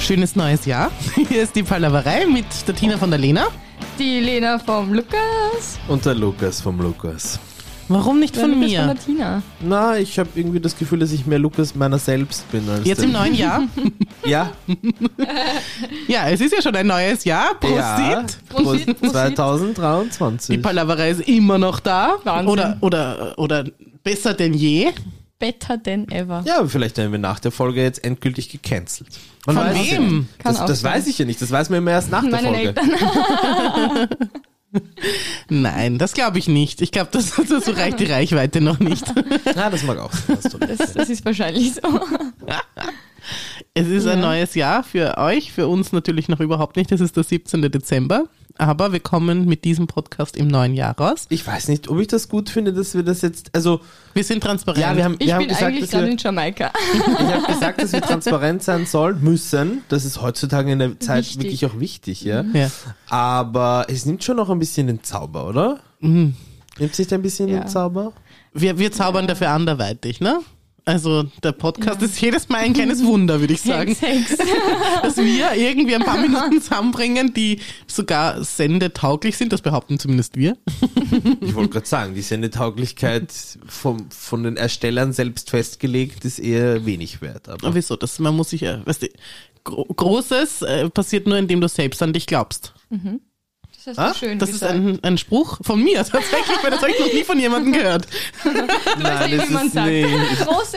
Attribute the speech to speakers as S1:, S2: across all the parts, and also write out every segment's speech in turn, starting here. S1: schönes neues Jahr. Hier ist die Palaverei mit der Tina von der Lena.
S2: Die Lena vom Lukas.
S3: Und der Lukas vom Lukas.
S1: Warum nicht
S2: Der
S1: von
S2: Lukas Von
S1: mir?
S2: der Tina.
S3: Na, ich habe irgendwie das Gefühl, dass ich mehr Lukas meiner selbst bin als
S1: Jetzt
S3: der-
S1: im neuen Jahr.
S3: Ja.
S1: Ja, es ist ja schon ein neues Jahr. Prosit.
S3: Ja.
S2: Prosit,
S3: Prost,
S2: Prosit.
S3: 2023.
S1: Die Palaverei ist immer noch da.
S2: Wahnsinn.
S1: Oder, oder, oder besser denn je.
S2: Better than ever.
S3: ja, aber vielleicht werden wir nach der Folge jetzt endgültig gecancelt. Man
S1: Von
S3: weiß es ja
S1: wem?
S3: nicht.
S2: Kann
S3: das
S2: auch
S3: das
S2: sein.
S3: weiß ich ja nicht. Das weiß man immer erst nach der
S2: Meine
S3: Folge.
S2: Eltern.
S1: Nein, das glaube ich nicht. Ich glaube, das, das so reicht die Reichweite noch nicht.
S3: Ah, das mag auch sein. hast du recht.
S2: Das, das ist wahrscheinlich so.
S1: Es ist ein
S2: Ja.
S1: neues Jahr für euch, für uns natürlich noch überhaupt nicht. Es ist der 17. Dezember. Aber wir kommen mit diesem Podcast im neuen Jahr raus.
S3: Ich weiß nicht, ob ich das gut finde, dass wir das jetzt. Also,
S1: Wir sind transparent.
S3: ja, wir haben,
S2: Ich
S3: wir haben
S2: bin
S3: gesagt,
S2: eigentlich
S3: dass
S2: gerade
S3: wir,
S2: in Jamaika.
S3: ich hab gesagt, dass wir transparent sein sollen, müssen. Das ist heutzutage in der Zeit
S2: Wichtig.
S3: wirklich auch wichtig, ja.
S1: Ja.
S3: Aber es nimmt schon noch ein bisschen den Zauber, oder? Mhm. Nimmt sich da ein bisschen
S2: Ja.
S3: den Zauber?
S1: Wir, wir zaubern dafür anderweitig, ne? Also der Podcast ist jedes Mal ein kleines Wunder, würde ich sagen.
S2: Hex, Hex.
S1: Dass wir irgendwie ein paar Minuten zusammenbringen, die sogar sendetauglich sind, das behaupten zumindest wir.
S3: Ich wollte gerade sagen, die Sendetauglichkeit vom, von den Erstellern selbst festgelegt ist eher wenig wert.
S1: Aber
S3: Aber
S1: wieso? Das, man muss sich ja, weißt du, gro Großes äh, passiert nur, indem du selbst an dich glaubst.
S2: Das ist
S3: Ah,
S2: schön
S1: Das ist
S2: gesagt.
S1: ein, ein Spruch von mir tatsächlich, weil das habe ich noch nie von jemandem gehört.
S3: nein,
S2: Wie man sagt.
S3: nicht.
S2: Groß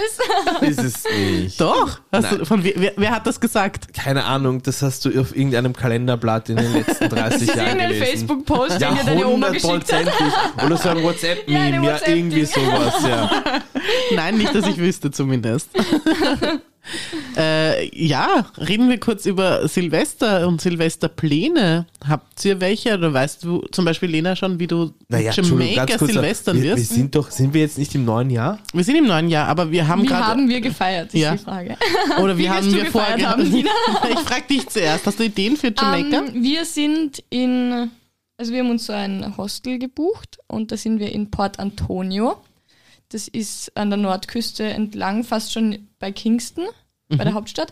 S2: ist.
S3: Ist es nicht.
S1: Doch. Hast
S3: Nein.
S1: du, von, we- wer, wer hat das gesagt?
S3: Keine Ahnung, das hast du auf irgendeinem Kalenderblatt in den letzten 30
S2: Das ist
S3: Jahren
S2: irgendein
S3: gelesen.
S2: Facebook-Post, den dir deine Oma geschickt hat.
S3: hundertprozentig. Oder so ein
S2: Ja,
S3: WhatsApp-Meme,
S2: eine
S3: ja,
S2: WhatsApp-Ding.
S3: irgendwie sowas, ja.
S1: Nein, nicht, dass ich wüsste zumindest. äh, ja, reden wir kurz über Silvester und Silvesterpläne. Habt ihr welche? Oder weißt du zum Beispiel, Lena, schon, wie du
S3: Entschuldigung,
S1: Jamaica
S3: kurz,
S1: Silvestern
S3: wir, wir
S1: wirst?
S3: sind doch, sind wir jetzt nicht im neuen Jahr?
S1: Wir sind im neuen Jahr, aber wir haben
S2: Wie
S1: gerade...
S2: haben wir gefeiert, ist
S1: Ja.
S2: die Frage.
S1: Oder wie
S2: Wie
S1: haben
S2: wirst du
S1: wir
S2: gefeiert
S1: vorher
S2: haben, Tina?
S1: Ich frage dich zuerst. Hast du Ideen für Jamaica?
S2: Ähm, wir sind in, also wir haben uns so ein Hostel gebucht und da sind wir in Port Antonio. Das ist an der Nordküste entlang, fast schon bei Kingston, bei der Hauptstadt.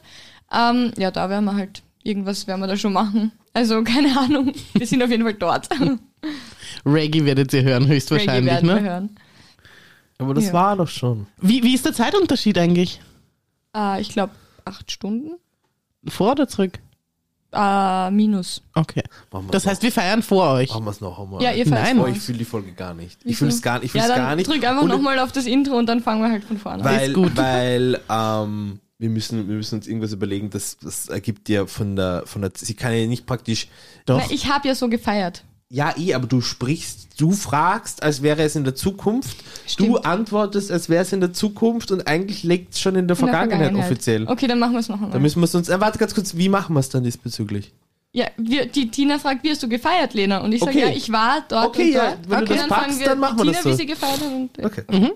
S2: Ähm, ja, da werden wir halt, irgendwas werden wir da schon machen. Also keine Ahnung, wir sind auf jeden Fall dort.
S1: Reggae werdet ihr hören,
S2: Reggae
S1: höchstwahrscheinlich.
S2: werden wir
S1: Ne?
S2: hören.
S3: Aber das
S2: Ja.
S3: war doch schon.
S1: Wie, wie ist der Zeitunterschied eigentlich?
S2: Äh, ich glaube, acht Stunden
S1: Vor oder zurück?
S2: äh, minus.
S1: Okay.
S3: Machen wir
S1: Das
S3: noch-
S1: heißt, wir feiern vor euch.
S3: machen wir es noch einmal.
S2: Ja, ihr fahrt
S1: Nein.
S3: Oh,
S2: vor
S3: ich
S2: uns.
S3: fühle die Folge gar nicht. Ich
S2: Wieso?
S3: fühle es gar, ich
S2: Ja,
S3: fühl's
S2: dann
S3: gar nicht.
S2: drück einfach
S3: Und-
S2: nochmal auf das Intro und dann fangen wir halt von vorne an.
S3: Weil,
S1: Ist gut.
S3: weil ähm, wir, müssen, wir müssen uns irgendwas überlegen, das, das ergibt ja von der, von der, sie kann ja nicht praktisch,
S1: Doch.
S2: Na, ich habe ja so gefeiert.
S3: ja, eh, aber du sprichst, du fragst, als wäre es in der Zukunft, du
S2: Stimmt.
S3: antwortest, als wäre es in der Zukunft und eigentlich liegt es schon in der
S2: In der
S3: Vergangenheit, offiziell.
S2: Okay, dann machen wir es noch
S3: Da
S2: einmal.
S3: müssen wir es uns, äh, warte ganz kurz, wie machen wir es dann diesbezüglich?
S2: Ja, wir, die Tina fragt, wie hast du gefeiert, Lena? Und ich sage,
S3: Okay.
S2: ja, ich war dort
S3: Okay,
S2: und
S3: ja,
S2: dort.
S3: wenn du das
S2: dann
S3: packst,
S2: fragen
S3: dann machen wir
S2: Tina,
S3: das so.
S2: wie sie gefeiert hat. Und, ja. Mhm.
S3: Okay.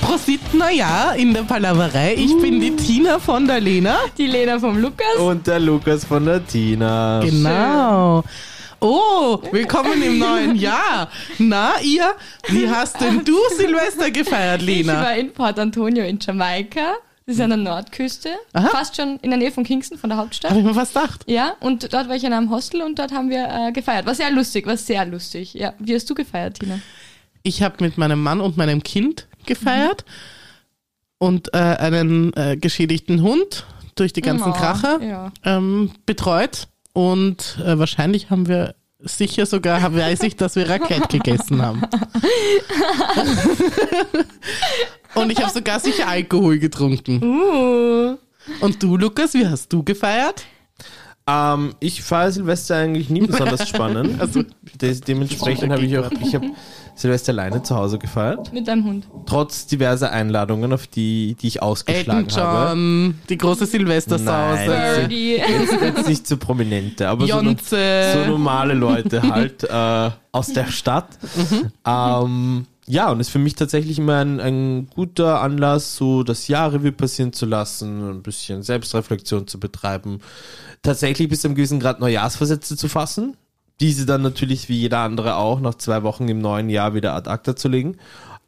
S1: Prosit Neujahr in der Palaverei. Ich bin die Tina von der Lena.
S2: Die Lena vom Lukas.
S3: Und der Lukas von der Tina.
S1: Genau. Oh, willkommen im neuen Jahr. Na, ihr, wie hast denn du Silvester gefeiert,
S2: ich
S1: Lena?
S2: war in Port Antonio in Jamaika. Das ist an der Nordküste.
S1: Aha.
S2: Fast schon in der Nähe von Kingston, von der Hauptstadt.
S1: Habe ich mir fast gedacht.
S2: Ja, und dort war ich in einem Hostel und dort haben wir äh, gefeiert. War sehr lustig, war sehr lustig. Ja, wie hast du gefeiert, Tina?
S1: Ich habe mit meinem Mann und meinem Kind gefeiert
S2: Mhm.
S1: und äh, einen äh, geschädigten Hund durch die ganzen
S2: Oh,
S1: Kracher
S2: ja.
S1: ähm, betreut. Und äh, wahrscheinlich haben wir sicher sogar, hab- weiß ich, dass wir Raclette gegessen haben. und ich habe sogar sicher Alkohol getrunken.
S2: Uh,
S1: Und du, Lukas, wie hast du gefeiert?
S3: Ähm, ich feiere Silvester eigentlich nie besonders spannend. also de dementsprechend habe ich auch, ich habe Silvester alleine zu Hause gefeiert,
S2: mit deinem Hund.
S3: trotz diverser Einladungen, auf die, die ich ausgeschlagen
S1: Elton John, die große Silvestersause,
S3: Nein.
S2: Birdie.
S3: habe. Jetzt nicht so prominente, aber so, no so
S1: Jonze.
S3: normale Leute halt äh, aus der Stadt.
S1: Mhm.
S3: Ähm, ja, und ist für mich tatsächlich immer ein, ein guter Anlass, so das Jahrrevue passieren zu lassen, ein bisschen Selbstreflexion zu betreiben, tatsächlich bis zu einem gewissen Grad Neujahrsversätze zu fassen, diese dann natürlich wie jeder andere auch nach zwei Wochen im neuen Jahr wieder ad acta zu legen.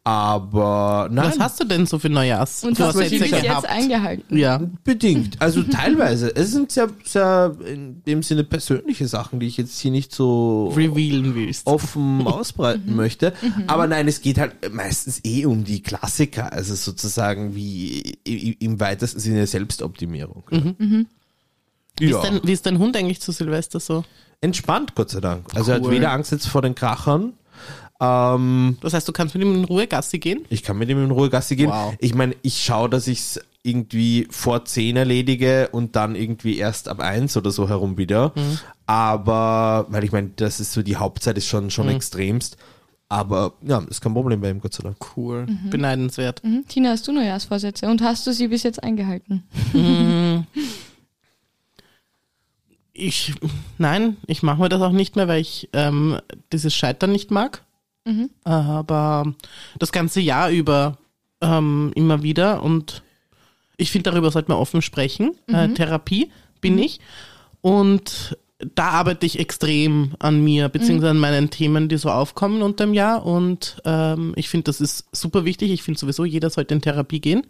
S3: Aber nein,
S1: Was hast du denn so für Neujahrs?
S2: Und hast du die bis jetzt eingehalten?
S1: Ja.
S3: bedingt. Also teilweise. Es sind sehr, sehr in dem Sinne persönliche Sachen, die ich jetzt hier nicht so
S1: Revealen willst.
S3: Oh,
S1: Mhm.
S3: offen ausbreiten möchte. Aber nein, es geht halt meistens eh um die Klassiker, also sozusagen wie i- i- im weitesten Sinne Selbstoptimierung.
S1: Wie,
S3: Ja.
S1: Mhm. ist dein, wie ist dein Hund eigentlich zu Silvester so?
S3: Entspannt, Gott sei Dank. Also er hat
S1: Cool.
S3: weder Angst jetzt vor den Krachern. Ähm,
S1: Das heißt, du kannst mit ihm in Ruhe Gassi gehen?
S3: ich kann mit ihm in Ruhe Gassi gehen.
S1: Wow.
S3: Ich meine, ich schaue, dass ich es irgendwie vor 10 erledige und dann irgendwie erst ab 1 oder so herum wieder.
S1: Mhm.
S3: Aber, weil ich meine, das ist so, die Hauptzeit ist schon,
S1: Mhm.
S3: schon extremst. Aber ja, ist kein Problem bei ihm, Gott sei Dank.
S1: Cool. Beneidenswert.
S2: Mhm. Tina, hast du Neujahrsvorsätze und hast du sie bis jetzt eingehalten?
S1: Ich, nein, ich mache mir das auch nicht mehr, weil ich ähm, dieses Scheitern nicht mag. Aber das ganze Jahr über ähm, immer wieder und ich finde, darüber sollte man offen sprechen. Äh, Therapie bin ich. Und da arbeite ich extrem an mir, beziehungsweise an meinen Themen, die so aufkommen unter dem Jahr. Und ähm, ich finde, das ist super wichtig. Ich finde sowieso, jeder sollte in Therapie gehen.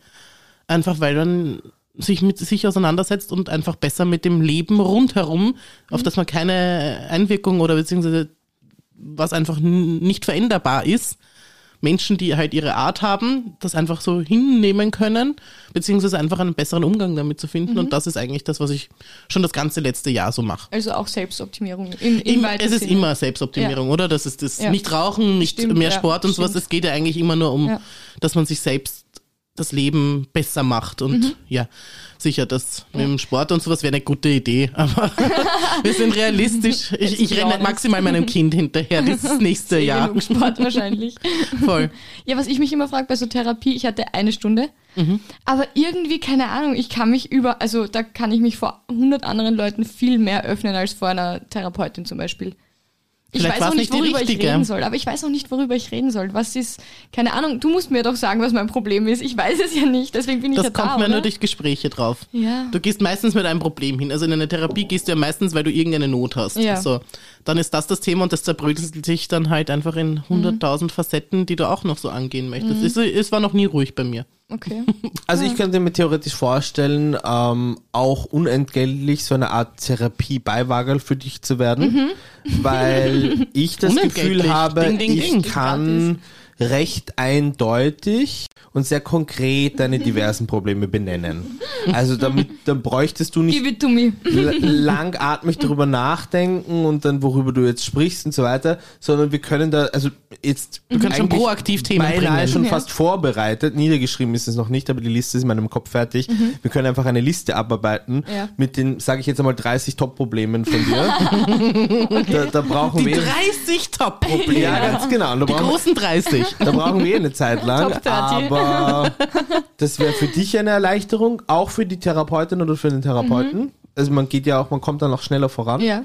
S1: Einfach weil man sich mit sich auseinandersetzt und einfach besser mit dem Leben rundherum, auf das man keine Einwirkung oder beziehungsweise was einfach n- nicht veränderbar ist, Menschen, die halt ihre Art haben, das einfach so hinnehmen können, beziehungsweise einfach einen besseren Umgang damit zu finden. Und das ist eigentlich das, was ich schon das ganze letzte Jahr so mache.
S2: Also auch Selbstoptimierung. In, in
S1: Immer,
S2: weiten
S1: es ist
S2: Sinne.
S1: immer Selbstoptimierung, oder? Das ist das
S2: Ja.
S1: nicht rauchen, nicht
S2: Stimmt,
S1: mehr
S2: ja,
S1: Sport und sowas.
S2: stimmt.
S1: Es geht ja eigentlich immer nur um,
S2: Ja.
S1: dass man sich selbst das Leben besser macht. Und
S2: Mhm.
S1: ja, sicher, das mit dem Sport und sowas wäre eine gute Idee. Aber wir sind realistisch. Ich, ich
S2: be
S1: renne
S2: honest.
S1: maximal meinem Kind hinterher das nächste Jahr.
S2: Genug Sport wahrscheinlich.
S1: Voll.
S2: Ja, was ich mich immer frage bei so Therapie, ich hatte eine Stunde,
S1: Mhm.
S2: aber irgendwie, keine Ahnung, ich kann mich über, also da kann ich mich vor 100 anderen Leuten viel mehr öffnen als vor einer Therapeutin zum Beispiel. Ich
S1: Vielleicht
S2: weiß
S1: war's
S2: auch nicht,
S1: nicht die
S2: worüber ich
S1: richtige.
S2: reden soll, aber ich weiß auch nicht, worüber ich reden soll. Was ist, keine Ahnung, du musst mir doch sagen, was mein Problem ist. Ich weiß es ja nicht, deswegen bin ich
S1: Das
S2: ja
S1: kommt
S2: da,
S1: mir
S2: oder?
S1: nur durch Gespräche drauf.
S2: Ja.
S1: Du gehst meistens mit einem Problem hin. Also in eine Therapie gehst du ja meistens, weil du irgendeine Not hast.
S2: Ja.
S1: So. Dann ist das das Thema und das zerbröselt sich dann halt einfach in 100.000
S2: Mhm.
S1: Facetten, die du auch noch so angehen möchtest. Es, es war noch nie ruhig bei mir.
S2: Okay.
S3: Also ich könnte mir theoretisch vorstellen, ähm, auch unentgeltlich so eine Art Therapie-Beiwagel für dich zu werden, weil ich das
S1: Mhm.
S3: Gefühl
S1: Unentgeltlich.
S3: habe,
S1: Ding, ding,
S3: ich
S1: ding.
S3: kann recht eindeutig und sehr konkret deine diversen Probleme benennen. Also damit, dann bräuchtest du nicht
S2: Give it to me.
S3: l- langatmig darüber nachdenken und dann worüber du jetzt sprichst und so weiter, sondern wir können da, also jetzt
S1: Du kannst schon
S3: eigentlich
S1: proaktiv Themen
S3: beinahe
S1: bringen. also.
S3: schon
S2: Ja.
S3: fast vorbereitet, niedergeschrieben ist es noch nicht, aber die Liste ist in meinem Kopf fertig.
S1: Mhm.
S3: Wir können einfach eine Liste abarbeiten
S2: Ja.
S3: mit den, sage ich jetzt einmal, 30 Top-Problemen von dir. da, da brauchen
S1: Die
S3: wir...
S1: 30
S3: Ja,
S1: Top-Probleme.
S3: ganz genau. Und da
S1: Die
S3: brauchen,
S1: großen 30.
S3: da brauchen wir eh eine Zeit lang,
S2: Top 30.
S3: aber das wäre für dich eine Erleichterung, auch für die Therapeutin oder für den Therapeuten. Also man geht ja auch, man kommt dann auch schneller voran.
S2: Mhm. Ja.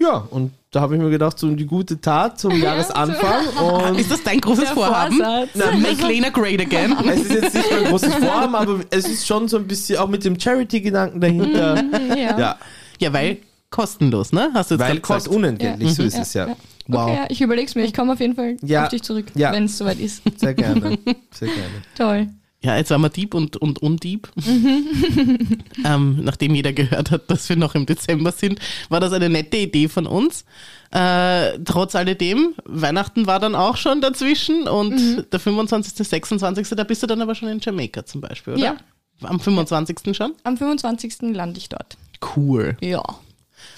S3: Ja, und da habe ich mir gedacht, so die gute Tat zum Jahresanfang und
S1: Ist das dein großes
S2: Der
S1: Vorhaben?
S2: Vorsatz.
S1: Na, Make Lena great again.
S3: es ist jetzt nicht mein großes Vorhaben, aber es ist schon so ein bisschen auch mit dem Charity-Gedanken dahinter.
S2: Mhm. Ja.
S3: ja,
S1: Ja, weil kostenlos, ne? Hast du jetzt
S3: weil
S1: gerade gesagt.
S3: kostet unentgeltlich,
S2: Ja.
S3: so ist es ja.
S1: Wow.
S2: Okay, ja, ich überleg's mir. Ich komme auf jeden Fall
S3: Ja.
S2: auf dich zurück,
S3: Ja.
S2: wenn es soweit ist.
S3: Sehr gerne, sehr gerne.
S2: Toll.
S1: Ja, jetzt waren wir Dieb und, und Undieb.
S2: Mhm.
S1: ähm, nachdem jeder gehört hat, dass wir noch im Dezember sind, war das eine nette Idee von uns. Äh, trotz alledem, Weihnachten war dann auch schon dazwischen und
S2: Mhm.
S1: der 25., 26., da bist du dann aber schon in Jamaika zum Beispiel, oder?
S2: Ja.
S1: Am 25. schon?
S2: Am 25. lande ich dort.
S1: Cool.
S2: Ja.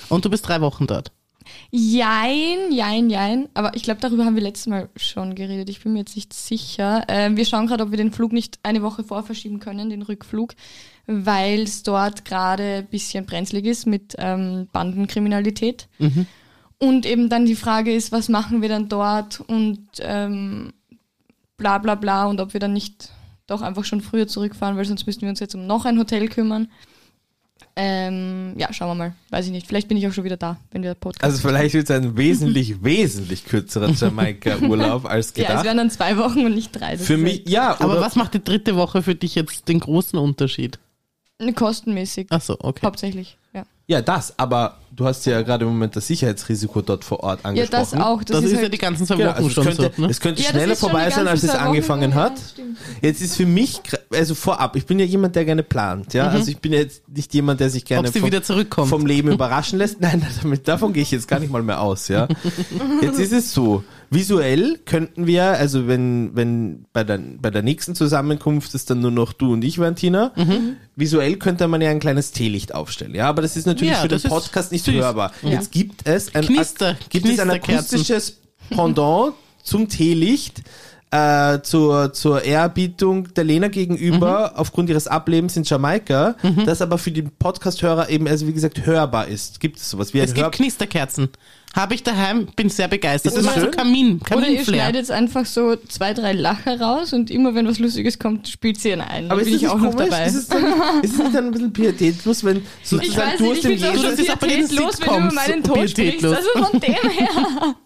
S1: Und du bist drei Wochen dort.
S2: Jein, jein, jein. Aber ich glaube, darüber haben wir letztes Mal schon geredet. Ich bin mir jetzt nicht sicher. Ähm, wir schauen gerade, ob wir den Flug nicht eine Woche vorverschieben können, den Rückflug, weil es dort gerade ein bisschen brenzlig ist mit ähm, Bandenkriminalität. Und eben dann die Frage ist, was machen wir dann dort und ähm, bla bla bla und ob wir dann nicht doch einfach schon früher zurückfahren, weil sonst müssten wir uns jetzt um noch ein Hotel kümmern. Ähm, ja, schauen wir mal. Weiß ich nicht. Vielleicht bin ich auch schon wieder da, wenn wir Podcast
S3: Also vielleicht wird es ein wesentlich, wesentlich kürzerer Jamaika-Urlaub als
S2: Ja, es
S3: gedacht.
S2: wären dann zwei Wochen und nicht drei. Das
S3: für
S2: ist
S3: mich, ja,
S1: Aber
S3: oder
S1: was macht die dritte Woche für dich jetzt den großen Unterschied?
S2: halt- Kostenmäßig,
S3: Ah,
S1: Ach so, okay.
S2: hauptsächlich. Ja.
S3: Ja, das, aber du hast ja gerade im Moment das Sicherheitsrisiko dort vor Ort
S2: Ja,
S3: angesprochen.
S2: das auch. Das,
S1: Das, ist, ja
S2: halt,
S1: die ganzen zwei
S3: Genau,
S1: Wochen
S3: also es,
S1: schon
S3: könnte,
S1: so. Ne?
S3: es könnte
S2: Ja, das
S3: schneller
S2: ist schon
S3: vorbei
S2: die
S3: sein, als
S2: ganzen
S3: es
S2: zwei Wochen
S3: angefangen
S2: her,
S3: hat.
S2: stimmt.
S3: Jetzt ist für mich, gra- also vorab, ich bin ja jemand, der gerne plant. Ja? Also ich bin jetzt nicht jemand, der sich
S1: Mhm. Ob
S3: gerne
S1: sie
S3: vom-
S1: wieder zurückkommt.
S3: vom Leben überraschen lässt. Nein, damit, davon gehe ich jetzt gar nicht mal mehr aus, ja. Jetzt ist es so. Visuell könnten wir, also wenn, wenn bei der, bei der nächsten Zusammenkunft es dann nur noch du und ich waren, Tina,
S1: Mhm.
S3: visuell könnte man ja ein kleines Teelicht aufstellen, ja, aber das ist natürlich
S1: Ja,
S3: für den
S1: das ist
S3: Podcast nicht
S1: süß.
S3: hörbar.
S2: Ja.
S3: Jetzt gibt es ein,
S1: Knister-
S3: ak- gibt es ein
S1: Knisterkerzen.
S3: akustisches Pendant zum Teelicht, äh, zur, zur Ehrerbietung der Lena
S2: Mhm.
S3: gegenüber aufgrund ihres Ablebens in Jamaika, das aber für den Podcast-Hörer eben, also wie gesagt, hörbar ist. Gibt es sowas wie ein
S1: Es
S3: Hör-
S1: gibt Knisterkerzen. Habe ich daheim, bin sehr begeistert.
S3: Ist
S1: Das
S3: das
S1: macht so
S3: schön?
S1: Kamin,
S2: Oder ihr
S1: Kaminflair.
S2: schneidet einfach so zwei, drei Lacher raus und immer wenn was Lustiges kommt, spielt sie einen ein.
S3: aber
S2: da
S3: ist
S2: bin
S3: das
S2: ich
S3: nicht
S2: auch noch
S3: komisch?
S2: dabei.
S3: Ist es, dann, ist es nicht dann ein bisschen pietätlos, wenn
S2: ich
S3: sozusagen
S2: weiß
S3: du
S2: nicht,
S3: aus
S2: ich
S3: dem
S2: bin
S1: Jesus-
S2: so
S1: Das ist
S2: pietätlos,
S1: aber in den
S2: wenn du über
S1: Sitcoms
S2: meinen Tod sprichst.
S1: pietätlos.
S2: Also von dem her.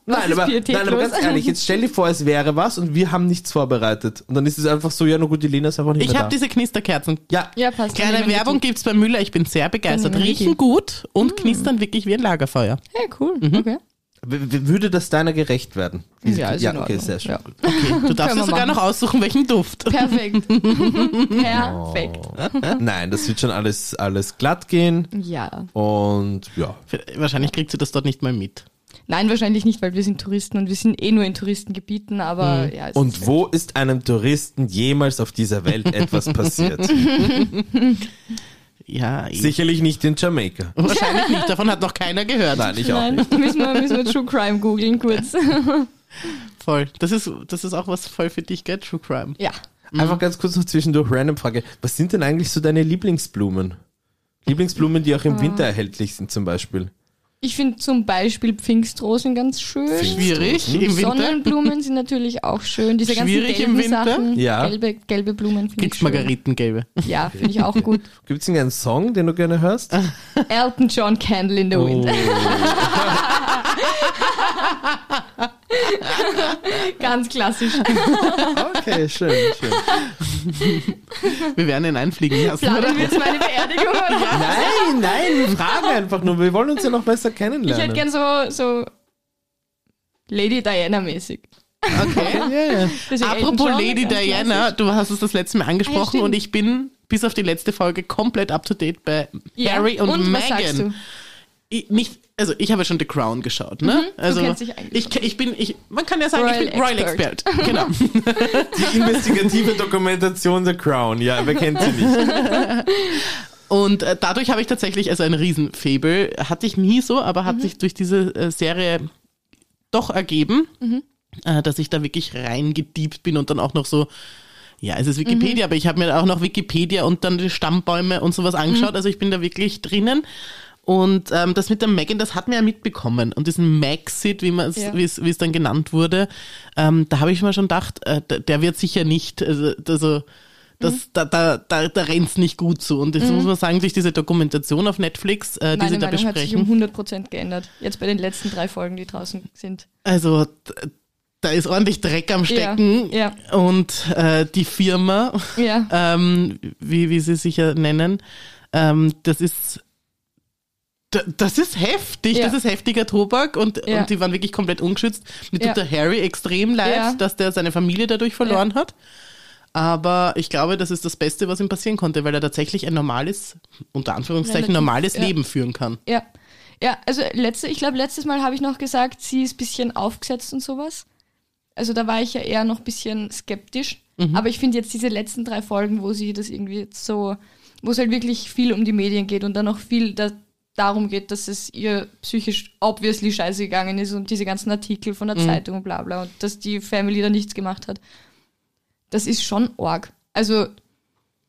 S3: Nein,
S2: ist
S3: aber,
S2: pietätlos?
S3: nein, aber ganz ehrlich, jetzt stell dir vor, es wäre was und wir haben nichts vorbereitet. Und dann ist es einfach so, ja, na gut, die Lena ist einfach nicht
S1: Ich
S3: mehr
S1: habe
S3: da.
S1: diese Knisterkerzen.
S3: ja,
S2: Ja, passt. Dann
S1: Kleine
S2: nehmen wir
S1: Werbung
S2: die.
S1: gibt's bei Müller. Ich bin sehr begeistert.
S2: Dann nehmen wir die. Hm.
S1: Riechen gut und knistern wirklich wie ein Lagerfeuer.
S2: Hey, cool.
S3: Mhm.
S2: Okay.
S3: W- w- würde das deiner gerecht werden?
S2: Ja, ist in
S3: okay,
S2: Ordnung.
S3: sehr schön.
S2: Ja.
S1: Okay, du darfst dir
S2: Können wir
S1: sogar
S2: machen.
S1: noch aussuchen, welchen Duft.
S2: Perfekt. Perfekt.
S3: Äh, Nein, das wird schon alles, alles glatt gehen.
S2: Ja.
S3: Und ja.
S1: Wahrscheinlich kriegt sie das dort nicht mal mit.
S2: Nein, wahrscheinlich nicht, weil wir sind Touristen und wir sind eh nur in Touristengebieten, aber ja. es ist-
S3: Hm. Und wo ist einem Touristen jemals auf dieser Welt etwas passiert?
S1: Ja, eh.
S3: Sicherlich nicht in Jamaika.
S1: wahrscheinlich nicht. Davon hat noch keiner gehört.
S3: Nein, ich auch
S2: Nein,
S3: nicht.
S2: müssen wir, müssen wir True Crime googeln kurz.
S1: Voll. Das ist, das ist auch was voll für dich, gell? True Crime.
S2: Ja.
S3: Einfach ganz kurz noch zwischendurch random Frage. Was sind denn eigentlich so deine Lieblingsblumen? Lieblingsblumen, die
S2: Ah.
S3: auch im Winter erhältlich sind zum Beispiel.
S2: Ich finde zum Beispiel Pfingstrosen ganz schön.
S1: Schwierig im Winter.
S2: Sonnenblumen sind natürlich auch schön. Diese ganzen
S1: Schwierig
S2: gelben
S1: im Winter?
S2: Sachen,
S3: Ja.
S2: gelbe, gelbe Blumen finde ich
S1: Gibt's
S2: schön.
S1: Margaritengelbe.
S2: Ja, finde ich auch gut.
S3: Gibt es irgendeinen Song, den du gerne hörst?
S2: Ah, Elton John Candle in the
S1: Oh.
S2: Wind. Ganz klassisch.
S3: Oh. Okay, schön, schön.
S1: Wir werden ihn einfliegen lassen,
S2: Planen
S1: oder?
S2: wir jetzt meine Beerdigung? Oder?
S3: Nein, nein, wir fragen einfach nur. Wir wollen uns ja noch besser
S2: Ich
S3: kennenlernen.
S2: hätte gern so, so Lady Diana mäßig.
S1: Okay.
S3: Ja, ja.
S2: Deswegen Elton
S1: Apropos
S2: John,
S1: Lady
S2: ganz
S1: Diana,
S2: klassisch.
S1: du hast es das letzte Mal
S2: Ah, ja,
S1: angesprochen
S2: stimmt.
S1: und ich bin bis auf die letzte Folge komplett up to date bei
S2: Ja.
S1: Harry und,
S2: und was sagst du?
S1: Meghan. Ich, nicht, also ich habe ja schon The Crown geschaut, ne?
S2: Mhm, du
S1: also
S2: kennst dich eigentlich
S1: ich, ke- ich bin, ich, man kann ja sagen, ich
S2: Royal
S1: bin Royal
S2: Expert.
S1: Expert. Genau.
S3: Die investigative Dokumentation der Crown. Ja, wer kennt sie nicht?
S1: Und äh, dadurch habe ich tatsächlich also ein Riesenfaible. Hatte ich nie so, aber hat sich durch diese äh, Serie doch ergeben, äh, dass ich da wirklich reingediebt bin und dann auch noch so, ja, es ist Wikipedia, aber ich habe mir auch noch Wikipedia und dann die Stammbäume und sowas angeschaut. Also ich bin da wirklich drinnen. Und ähm, das mit der Megan, das hat mir ja mitbekommen. Und diesen Maxit, wie man
S2: Ja.
S1: wie es wie es dann genannt wurde, ähm, da habe ich mir schon gedacht, äh, d- der wird sicher nicht, also, also
S2: Mhm.
S1: das, da, da, da, da rennt's nicht gut zu. Und das muss man sagen, durch diese Dokumentation auf Netflix, äh, die
S2: Meine
S1: sie da
S2: Meinung hat sich
S1: besprechen.
S2: um 100% geändert. Jetzt bei den letzten drei Folgen, die draußen sind.
S1: Also d- da ist ordentlich Dreck am Stecken.
S2: Ja,
S1: Und äh, die Firma,
S2: Ja.
S1: ähm, wie, wie sie sich ja nennen, ähm, das ist d- das ist heftig,
S2: Ja.
S1: das ist heftiger Tobak und,
S2: Ja.
S1: und die waren wirklich komplett ungeschützt. Mir
S2: Ja.
S1: tut der Harry extrem leid,
S2: Ja.
S1: dass der seine Familie dadurch verloren hat. Aber ich glaube, das ist das Beste, was ihm passieren konnte, weil er tatsächlich ein normales, unter Anführungszeichen,
S2: Relativ,
S1: normales
S2: ja.
S1: Leben führen kann.
S2: Ja. Ja, also letzte, ich glaube, letztes Mal habe ich noch gesagt, sie ist ein bisschen aufgesetzt und sowas. Also da war ich ja eher noch ein bisschen skeptisch. Aber ich finde jetzt diese letzten drei Folgen, wo sie das irgendwie jetzt so, wo es halt wirklich viel um die Medien geht und dann auch viel da, darum geht, dass es ihr psychisch obviously scheiße gegangen ist und diese ganzen Artikel von der Zeitung und bla bla und dass die Family da nichts gemacht hat. Das ist schon arg. Also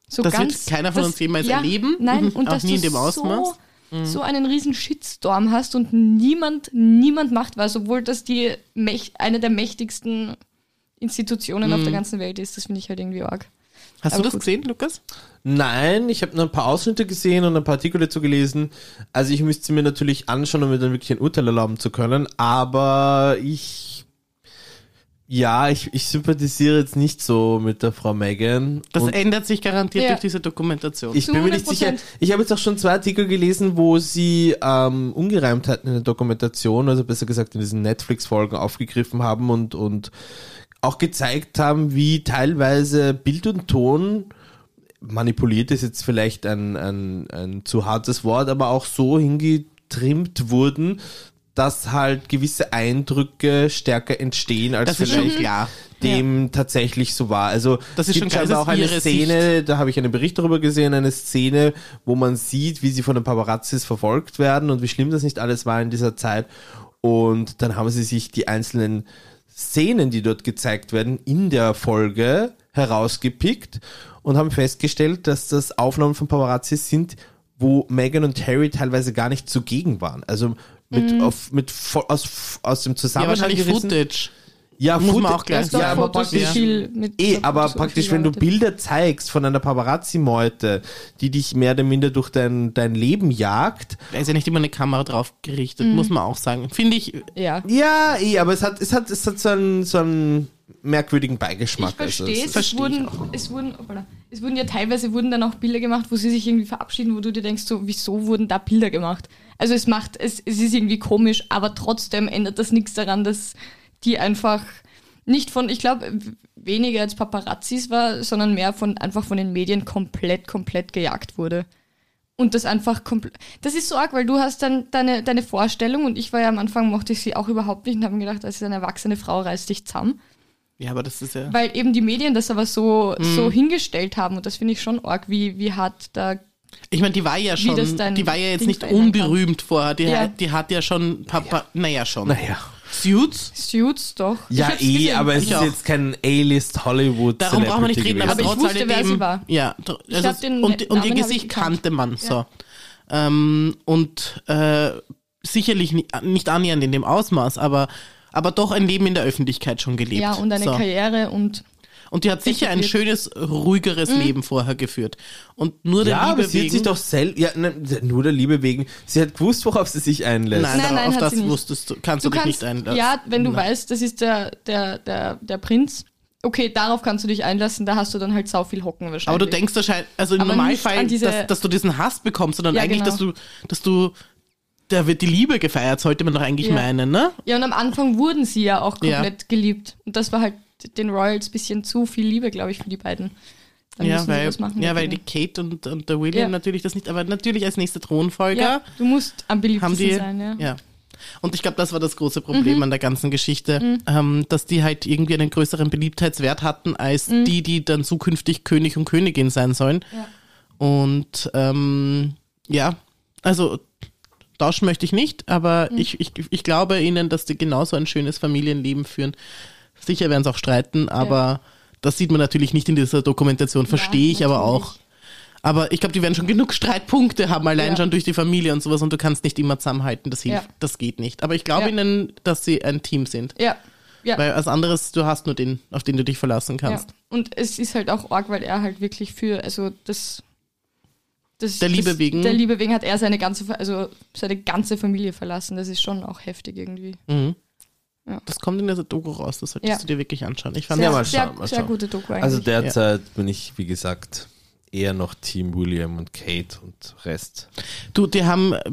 S2: so
S1: Das wird
S2: ganz.
S1: keiner von uns jemals erleben.
S2: Nein,
S1: Mhm.
S2: und
S1: Auch
S2: dass
S1: nie
S2: du
S1: in dem Ausmaß.
S2: So so einen riesen Shitstorm hast und niemand, niemand macht was, obwohl das die Mäch eine der mächtigsten Institutionen auf der
S1: Mhm.
S2: ganzen Welt ist. Das finde ich halt irgendwie arg.
S1: Hast
S2: Aber
S1: du das
S2: gut.
S1: gesehen, Lukas?
S3: Nein, ich habe nur ein paar Ausschnitte gesehen und ein paar Artikel dazu gelesen. Also ich müsste sie mir natürlich anschauen, um mir dann wirklich ein Urteil erlauben zu können. Aber ich ja, ich, ich sympathisiere jetzt nicht so mit der Frau Megan.
S1: Das
S3: Und
S1: ändert sich garantiert
S2: Ja.
S1: durch diese Dokumentation.
S3: ich
S2: Zu
S3: bin mir nicht
S2: 100%.
S3: sicher. Ich habe jetzt auch schon zwei Artikel gelesen, wo sie ähm, Ungereimtheiten in der Dokumentation, also besser gesagt in diesen Netflix-Folgen aufgegriffen haben und, und auch gezeigt haben, wie teilweise Bild und Ton manipuliert ist jetzt vielleicht ein, ein, ein zu hartes Wort, aber auch so hingetrimmt wurden, dass halt gewisse Eindrücke stärker entstehen als
S1: das ist schon
S3: vielleicht
S1: klar.
S3: dem tatsächlich so war. Also
S1: Das
S3: es
S1: ist
S3: gibt
S1: schon geil,
S3: scheinbar auch
S1: das ist
S3: eine
S1: ihre
S3: Szene, da habe ich einen Bericht darüber gesehen, eine Szene, wo man sieht, wie sie von den Paparazzis verfolgt werden und wie schlimm das nicht alles war in dieser Zeit. Und dann haben sie sich die einzelnen Szenen, die dort gezeigt werden, in der Folge herausgepickt und haben festgestellt, dass das Aufnahmen von Paparazzis sind, wo Meghan und Harry teilweise gar nicht zugegen waren. Also mit, auf, mit vo- aus, aus dem
S1: Mhm. Ja,
S3: Zusammenhang
S1: wahrscheinlich
S3: gerissen.
S1: Footage.
S3: Ja,
S1: Muss man
S3: Footage-
S1: auch gleich
S2: doch
S1: Ja,
S3: aber
S2: Fotos
S1: praktisch-
S2: viel mit
S3: Eh,
S2: mit
S3: aber
S2: Fotos und
S3: praktisch,
S2: viel
S3: wenn du
S2: gearbeitet.
S3: Bilder zeigst von einer Paparazzi-Meute, die dich mehr oder minder durch dein, dein Leben jagt.
S1: Da ist ja nicht immer eine Kamera drauf
S2: Mhm.
S1: gerichtet, muss man auch sagen. Finde ich,
S2: Ja.
S3: Ja, eh, aber es hat, es hat, es hat so einen, so einen merkwürdigen Beigeschmack.
S2: Ich verstehe es.
S3: Also,
S1: verstehe
S2: Es
S1: ich
S2: wurden, es, wurden, hoppala. es wurden ja teilweise wurden dann auch Bilder gemacht, wo sie sich irgendwie verabschieden, wo du dir denkst, so, wieso wurden da Bilder gemacht? Also es macht, es, es ist irgendwie komisch, aber trotzdem ändert das nichts daran, dass die einfach nicht von, ich glaube, weniger als Paparazzis war, sondern mehr von einfach von den Medien komplett, komplett gejagt wurde. Und das einfach komplett. Das ist so arg, weil du hast dann deine, deine Vorstellung und ich war ja am Anfang, mochte ich sie auch überhaupt nicht und habe mir gedacht, das ist eine erwachsene Frau, reiß dich zusammen
S1: ja, aber das ist ja.
S2: weil eben die Medien das aber so,
S1: Mhm.
S2: so hingestellt haben und das finde ich schon arg, wie, wie hart da.
S1: Ich meine, die war ja schon,
S2: das dein
S1: die war ja jetzt
S2: Ding
S1: nicht
S2: verändern kann.
S1: unberühmt vorher. Die,
S2: Ja.
S1: hat, die hat ja schon, Papa, naja, schon.
S3: naja.
S1: Suits,
S2: Suits doch.
S3: Ja,
S2: hab's
S3: eh,
S2: gesehen.
S3: aber es
S1: Ich
S3: ist
S1: auch.
S3: jetzt kein A-List Hollywood.
S1: darum brauchen wir nicht reden, aber,
S2: Aber ich
S1: trotz
S2: wusste,
S1: alledem,
S2: wer sie war.
S1: Ja, tr- also,
S2: glaub, den
S1: und, und ihr
S2: Namen habe ich
S1: Gesicht
S2: gekannt.
S1: kannte man, so. Ähm, und äh, sicherlich ni- nicht annähernd in dem Ausmaß, aber, aber doch ein Leben in der Öffentlichkeit schon gelebt.
S2: Ja, und eine
S1: so.
S2: Karriere und
S1: Und die hat sicher ein schönes, ruhigeres
S2: Mhm.
S1: Leben vorher geführt. Und nur der
S3: ja,
S1: Liebe
S3: aber sie hat
S1: wegen,
S3: sich doch selbst, ja, nein, nur der Liebe wegen, sie hat gewusst, worauf sie sich einlässt.
S1: Nein,
S2: Nein, nein,
S1: auf
S2: hat
S1: das
S2: sie nicht.
S1: wusstest du, kannst du, dich nicht einlassen.
S2: Ja, wenn du
S1: Nein.
S2: weißt, das ist der, der, der, der Prinz. Okay, darauf kannst du dich einlassen, da hast du dann halt sau viel Hocken wahrscheinlich.
S1: Aber du denkst wahrscheinlich, also im
S2: Aber nicht
S1: Normalfall,
S2: an diese-
S1: dass, dass du diesen Hass bekommst, sondern
S2: Ja,
S1: eigentlich,
S2: genau.
S1: dass du, dass du, da wird die Liebe gefeiert, sollte man doch eigentlich
S2: Ja.
S1: meinen, ne?
S2: Ja, und am Anfang wurden sie ja auch
S1: Ja.
S2: komplett geliebt. Und das war halt den Royals bisschen zu viel Liebe, glaube ich, für die beiden. Dann
S1: ja,
S2: müssen sie
S1: weil,
S2: was machen
S1: ja, weil
S2: dagegen.
S1: die Kate und, und der William
S2: Ja.
S1: natürlich das nicht, aber natürlich als nächste Thronfolger
S2: ja, du musst am
S1: haben
S2: beliebtesten
S1: die.
S2: sein, ja. Mhm.
S1: Und ich glaube, das war das große Problem an der ganzen Geschichte, ähm, dass die halt irgendwie einen größeren Beliebtheitswert hatten als
S2: Mhm.
S1: die, die dann zukünftig König und Königin sein sollen.
S2: Ja.
S1: Und ähm, ja, also tauschen möchte ich nicht, aber
S2: Mhm.
S1: ich, ich, ich glaube ihnen, dass die genauso ein schönes Familienleben führen. Sicher werden sie auch streiten, aber das sieht man natürlich nicht in dieser Dokumentation, verstehe ich aber
S2: natürlich.
S1: auch. Aber ich glaube, die werden schon genug Streitpunkte haben, allein
S2: Ja.
S1: schon durch die Familie und sowas und du kannst nicht immer zusammenhalten, das hilft,
S2: Ja.
S1: das geht nicht. Aber ich glaube
S2: Ja.
S1: ihnen, dass sie ein Team sind.
S2: Ja. Ja.
S1: Weil als anderes, du hast nur den, auf den du dich verlassen
S2: ja.
S1: kannst.
S2: Und es ist halt auch arg, weil er halt wirklich für, also das. das
S1: Der Liebe
S2: das,
S1: wegen?
S2: Der Liebe wegen hat er seine ganze, Fa- also seine ganze Familie verlassen. Das ist schon auch heftig irgendwie.
S1: Mhm.
S2: Ja.
S1: Das kommt in der Doku raus, das solltest
S2: Ja.
S1: du dir wirklich anschauen. Ich fand
S2: Sehr,
S3: Ja, mal
S2: sehr,
S3: schauen, mal
S2: sehr
S3: schauen.
S2: gute Doku eigentlich.
S3: Also derzeit bin ich, wie gesagt, eher noch Team William und Kate und Rest.
S1: Du, die haben äh,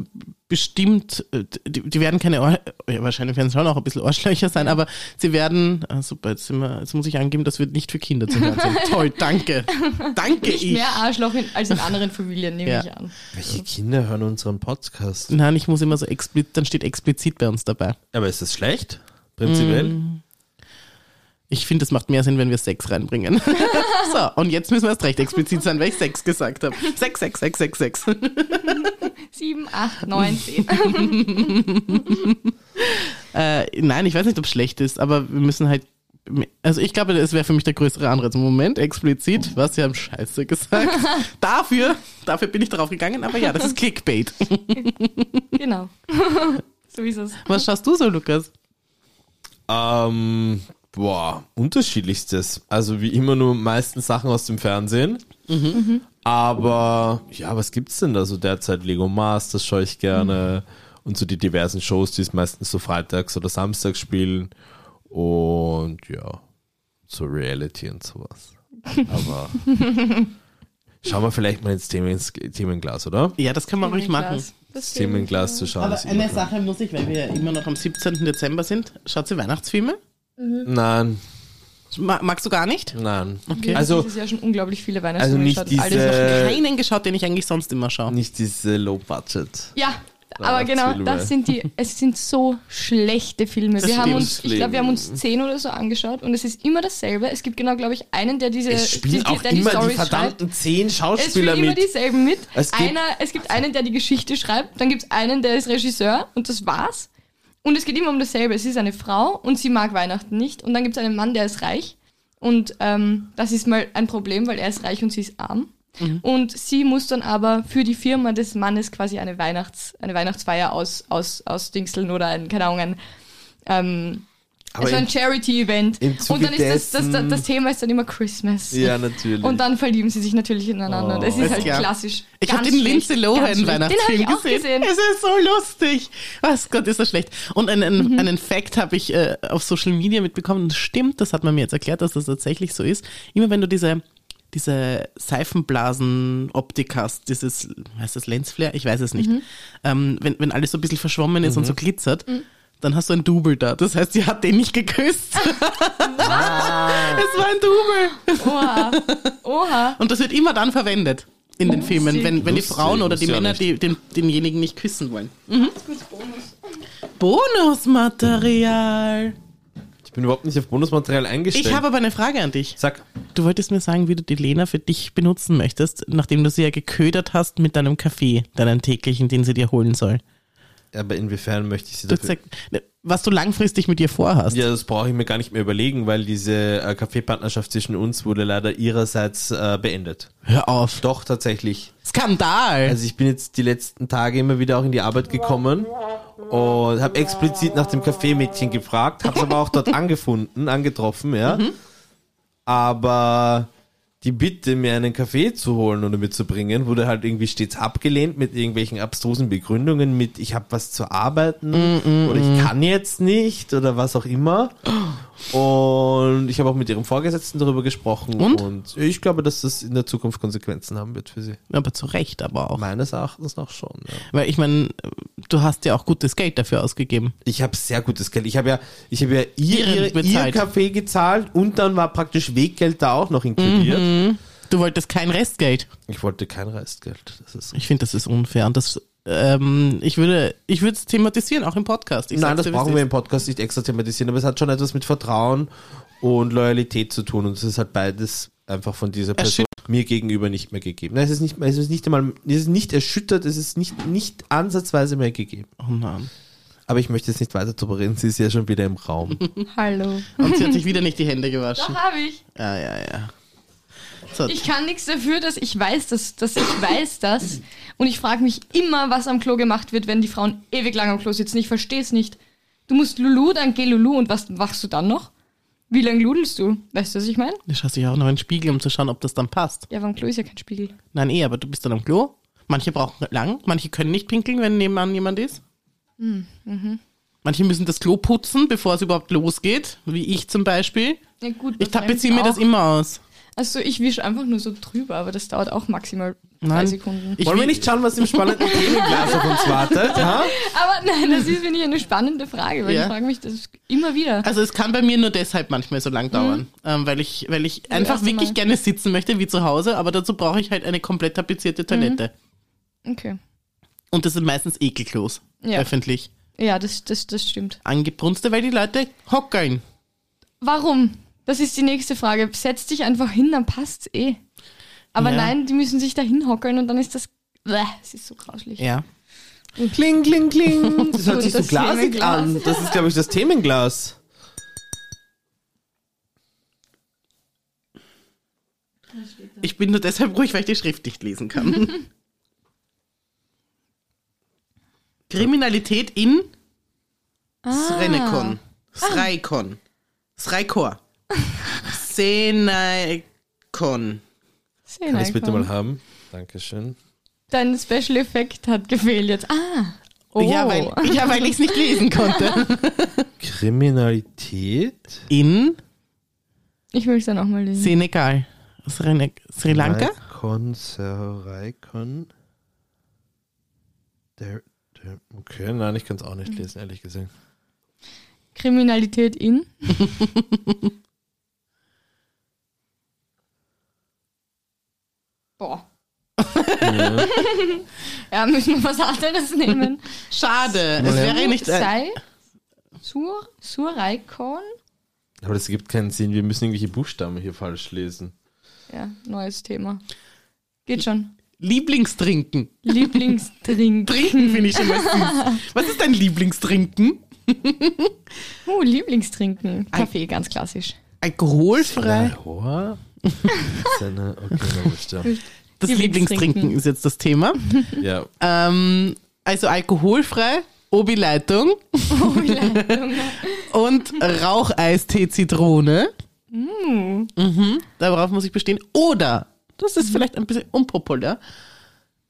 S1: bestimmt, äh, die, die werden keine, Ohr, ja, wahrscheinlich werden es schon auch ein bisschen Ohrschlächer sein, aber sie werden, ah, super, jetzt, sind wir, jetzt muss ich angeben, das wird nicht für Kinder zu hören sein. Toll, danke. Danke
S2: nicht
S1: ich.
S2: mehr Arschloch in, als in anderen Familien, nehme
S1: Ja.
S2: ich an.
S3: Welche Kinder hören unseren Podcast?
S1: Nein, ich muss immer so explizit, dann steht explizit bei uns dabei.
S3: Aber ist das schlecht? Prinzipiell?
S1: Ich finde, es macht mehr Sinn, wenn wir Sex reinbringen. so, und jetzt müssen wir erst recht explizit sein, weil ich Sex gesagt habe. Sex, Sex, Sex, Sex, Sex.
S2: Sieben, acht, neun, zehn.
S1: Äh, nein, ich weiß nicht, ob es schlecht ist, aber wir müssen halt. Also ich glaube, das wäre für mich der größere Anreiz. Moment, explizit, was sie haben Scheiße gesagt. dafür, dafür bin ich drauf gegangen, aber ja, das ist Clickbait.
S2: genau. so ist es.
S1: Was schaust du so, Lukas?
S3: Ähm, boah, unterschiedlichstes. Also wie immer nur meistens Sachen aus dem Fernsehen. Aber ja, was gibt's denn da so derzeit? Lego Mars, das schaue ich gerne. Und so die diversen Shows, die es meistens so freitags oder samstags spielen. Und ja, so Reality und sowas. Aber schauen wir vielleicht mal ins Themen, Themenglas, oder?
S1: Ja, das kann man ruhig machen.
S3: Das Themenglas zu schauen.
S1: Aber
S3: ist
S1: eine
S3: immer-
S1: Sache muss ich, weil wir ja immer noch am 17. Dezember sind. Schaut sie Weihnachtsfilme?
S3: Nein,
S1: Ma- Magst du gar nicht?
S3: nein.
S1: Okay.
S2: Also,
S3: Also
S2: dieses Jahr schon unglaublich viele
S3: also
S2: Weihnachtsfilme
S3: nicht
S2: geschaut. Alles noch-
S3: diese,
S1: Keinen geschaut, den ich eigentlich sonst immer schaue.
S3: nicht diese Low Budget.
S2: Ja, aber genau,
S3: Weihnachtsfilme.
S2: das sind die, es sind so schlechte Filme.
S1: Das
S2: wir haben
S1: stimmt.
S2: uns, ich glaube, wir haben uns zehn oder so angeschaut und es ist immer dasselbe. Es gibt genau, glaube ich, einen, der diese,
S3: Es spielen
S2: die,
S3: auch
S2: der die
S3: immer die
S2: Storys schreibt.
S3: verdammten zehn
S2: Es spielen
S3: Schauspieler
S2: immer
S3: mit.
S2: dieselben mit.
S3: Es gibt-
S2: Einer, es gibt einen, der die Geschichte schreibt, dann gibt es einen, der ist Regisseur und das war's. Und es geht immer um dasselbe. Es ist eine Frau und sie mag Weihnachten nicht. Und dann gibt es einen Mann, der ist reich. Und ähm, das ist mal ein Problem, weil er ist reich und sie ist arm.
S3: Mhm.
S2: Und sie muss dann aber für die Firma des Mannes quasi eine, Weihnachts-, eine Weihnachtsfeier aus, aus, ausdingseln oder ein, keine Ahnung, ein, ähm,
S3: Aber
S2: also
S3: im-
S2: ein Charity-Event.
S3: im
S2: Und
S3: Zuge
S2: dann ist das, das,
S3: dessen-
S2: das Thema ist dann immer Christmas.
S3: Ja, natürlich.
S2: Und dann verlieben sie sich natürlich ineinander.
S3: Oh.
S2: Das ist
S1: Ist
S2: halt
S1: klar.
S2: klassisch.
S1: Ich habe
S2: Ganz
S1: den
S2: schlecht,
S1: Lindsay
S2: ganz
S1: Lohan
S2: schlecht.
S1: Weihnachtsfilm
S2: den hab ich auch
S1: gesehen. Es ist so lustig. Was Gott, ist das schlecht. Und einen,
S2: Mhm.
S1: einen Fact habe ich äh, auf Social Media mitbekommen. Das stimmt, das hat man mir jetzt erklärt, dass das tatsächlich so ist. Immer wenn du diese, diese Seifenblasen-Optik hast, dieses, heißt das Lensflare? Ich weiß es nicht.
S2: Mhm.
S1: Ähm, wenn, wenn alles so ein bisschen verschwommen ist und so glitzert, dann hast du ein Double da. Das heißt, sie hat den nicht geküsst. es war ein Double.
S2: Oha. Oha.
S1: Und das wird immer dann verwendet. In den Filmen, wenn, wenn die
S3: Lustig,
S1: Frauen oder die
S3: wusste ich auch
S1: Männer
S3: nicht.
S1: die, den, denjenigen nicht küssen wollen. Mhm. Bonusmaterial.
S3: ich bin überhaupt nicht auf Bonusmaterial eingestellt.
S1: Ich habe aber eine Frage an dich.
S3: Sag,
S1: Du wolltest mir sagen, wie du die Lena für dich benutzen möchtest, nachdem du sie ja geködert hast mit deinem Kaffee, deinen täglichen, den sie dir holen soll.
S3: aber inwiefern möchte ich sie
S1: Du hast
S3: dafür...
S1: gesagt, was du langfristig mit ihr vorhast.
S3: Ja, das brauche ich mir gar nicht mehr überlegen, weil diese äh, Kaffeepartnerschaft zwischen uns wurde leider ihrerseits äh, beendet.
S1: Hör auf.
S3: Doch, tatsächlich.
S1: Skandal.
S3: Also ich bin jetzt die letzten Tage immer wieder auch in die Arbeit gekommen und habe explizit nach dem Kaffeemädchen gefragt, habe es aber auch dort angefunden, angetroffen, ja. Aber die Bitte, mir einen Kaffee zu holen oder mitzubringen, wurde halt irgendwie stets abgelehnt mit irgendwelchen abstrusen Begründungen mit, ich habe was zu arbeiten oder ich kann jetzt nicht oder was auch immer. Und ich habe auch mit ihrem Vorgesetzten darüber gesprochen
S1: Und?
S3: und ich glaube, dass das in der Zukunft Konsequenzen haben wird für sie.
S1: aber zu Recht aber auch.
S3: Meines Erachtens noch schon. Ja.
S1: Weil ich meine, du hast ja auch gutes Geld dafür ausgegeben.
S3: Ich habe sehr gutes Geld. Ich habe ja, ich habe ja ihr,
S1: Ihren
S3: ihr, ihr
S1: bezahlt.
S3: Kaffee gezahlt und dann war praktisch Weggeld da auch noch inkludiert.
S1: Mhm. Du wolltest kein Restgeld.
S3: Ich wollte kein Restgeld. Das ist
S1: Ich finde, das ist unfair. Und das, ähm, ich würde, ich würde es thematisieren, auch im Podcast. Ich sag's
S3: Nein, das
S1: dir, wie es
S3: brauchen wir
S1: ist.
S3: im Podcast nicht extra thematisieren, aber es hat schon etwas mit Vertrauen und Loyalität zu tun und es ist halt beides einfach von dieser Person mir gegenüber nicht mehr gegeben. Nein, es ist nicht, es ist nicht einmal, es ist nicht erschüttert, es ist nicht, nicht ansatzweise mehr gegeben.
S1: Oh nein.
S3: Aber ich möchte jetzt nicht weiter drüber reden, sie ist ja schon wieder im Raum.
S2: Hallo.
S1: Und sie hat sich wieder nicht die Hände gewaschen.
S2: Doch habe ich.
S1: Ja, ja, ja. So,
S2: Ich kann nichts dafür, dass ich weiß, dass, dass ich weiß das. Und ich frage mich immer, was am Klo gemacht wird, wenn die Frauen ewig lang am Klo sitzen. Ich verstehe es nicht. Du musst Lulu, dann geh Lulu und was machst du dann noch? Wie lange ludelst du? Weißt du, was ich meine?
S1: du schaust dich auch noch in den Spiegel, um zu schauen, ob das dann passt.
S2: Ja, aber am Klo ist ja kein Spiegel.
S1: Nein, eh, aber du bist dann am Klo. Manche brauchen lang, manche können nicht pinkeln, wenn nebenan jemand ist.
S2: Mm, mhm.
S1: Manche müssen das Klo putzen, bevor es überhaupt losgeht, wie ich zum Beispiel.
S2: Ja, gut.
S1: Ich
S2: bei Friends
S1: tapeziere mir
S2: auch.
S1: das immer aus.
S2: Also ich wische einfach nur so drüber, aber das dauert auch maximal drei
S1: Nein.
S2: Sekunden.
S1: Ich
S3: Wollen wir
S1: will-
S3: nicht schauen, was im spannenden Themenglas auf uns wartet? Ha?
S2: Aber nein, das ist, finde ich, eine spannende Frage, weil
S1: Ja.
S2: ich frage mich das immer wieder.
S1: Also es kann bei mir nur deshalb manchmal so lang dauern, ähm, weil ich, weil ich einfach
S2: erste
S1: wirklich
S2: Mal.
S1: gerne sitzen möchte, wie zu Hause, aber dazu brauche ich halt eine komplett tapezierte Toilette.
S2: Okay.
S1: Und das sind meistens Ekelklos,
S2: Ja.
S1: öffentlich.
S2: Ja, das, das, das stimmt.
S1: Angebrunste, weil die Leute hockeln.
S2: Warum? Das ist die nächste Frage. Setz dich einfach hin, dann passt's eh. Aber
S1: Ja.
S2: nein, die müssen sich da hinhockeln und dann ist das. Bäh, es ist so grauslich.
S1: Ja.
S3: Kling, kling, kling. Das hört
S2: Und
S3: sich so
S2: das
S3: glasig
S2: Themenglas.
S3: an. Das ist, glaube ich, das Themenglas.
S1: Ich bin nur deshalb ruhig, weil ich die Schrift nicht lesen kann. Kriminalität in
S2: Ah.
S1: Srenekon. Sreikon. Sreikor. Senekon.
S2: Sehr
S3: Kann
S2: nein,
S3: ich bitte
S2: komm.
S3: mal haben? Dankeschön.
S2: Dein Special Effekt hat gefehlt jetzt. Ah,
S1: Ja, weil, ja, weil ich es nicht lesen konnte.
S3: Kriminalität?
S1: In
S2: ich will es dann auch mal lesen.
S1: Senegal. Sri, Ne- Sri Lanka?
S3: Raikon, Sir Raikon. Der, der, okay, nein, ich kann es auch
S2: Mhm.
S3: nicht lesen, ehrlich gesagt.
S2: Kriminalität in. Boah.
S3: Ja.
S2: Ja, müssen wir was anderes nehmen.
S1: Schade. Es
S3: Ja.
S1: wäre nicht. Äh,
S2: Sei. Sur, Suraikon.
S3: Aber das ergibt keinen Sinn, wir müssen irgendwelche Buchstaben hier falsch lesen.
S2: Ja, neues Thema. Geht schon.
S1: Lieblingstrinken.
S2: Lieblingstrink.
S1: Trinken finde ich schon mal süß. Was ist dein Lieblingstrinken?
S2: Oh, Lieblingstrinken. Kaffee, ganz klassisch.
S1: Alkoholfrei.
S3: Lahor? Seine, okay, na wurscht, ja.
S1: Das
S2: Lieblingstrinken.
S1: Lieblingstrinken ist jetzt das Thema.
S3: ja.
S1: Ähm, also alkoholfrei, Obi-Leitung
S2: Oh, Leitung.
S1: und Raucheistee-Zitrone. Mhm, darauf muss ich bestehen. Oder, das ist vielleicht ein bisschen unpopulär.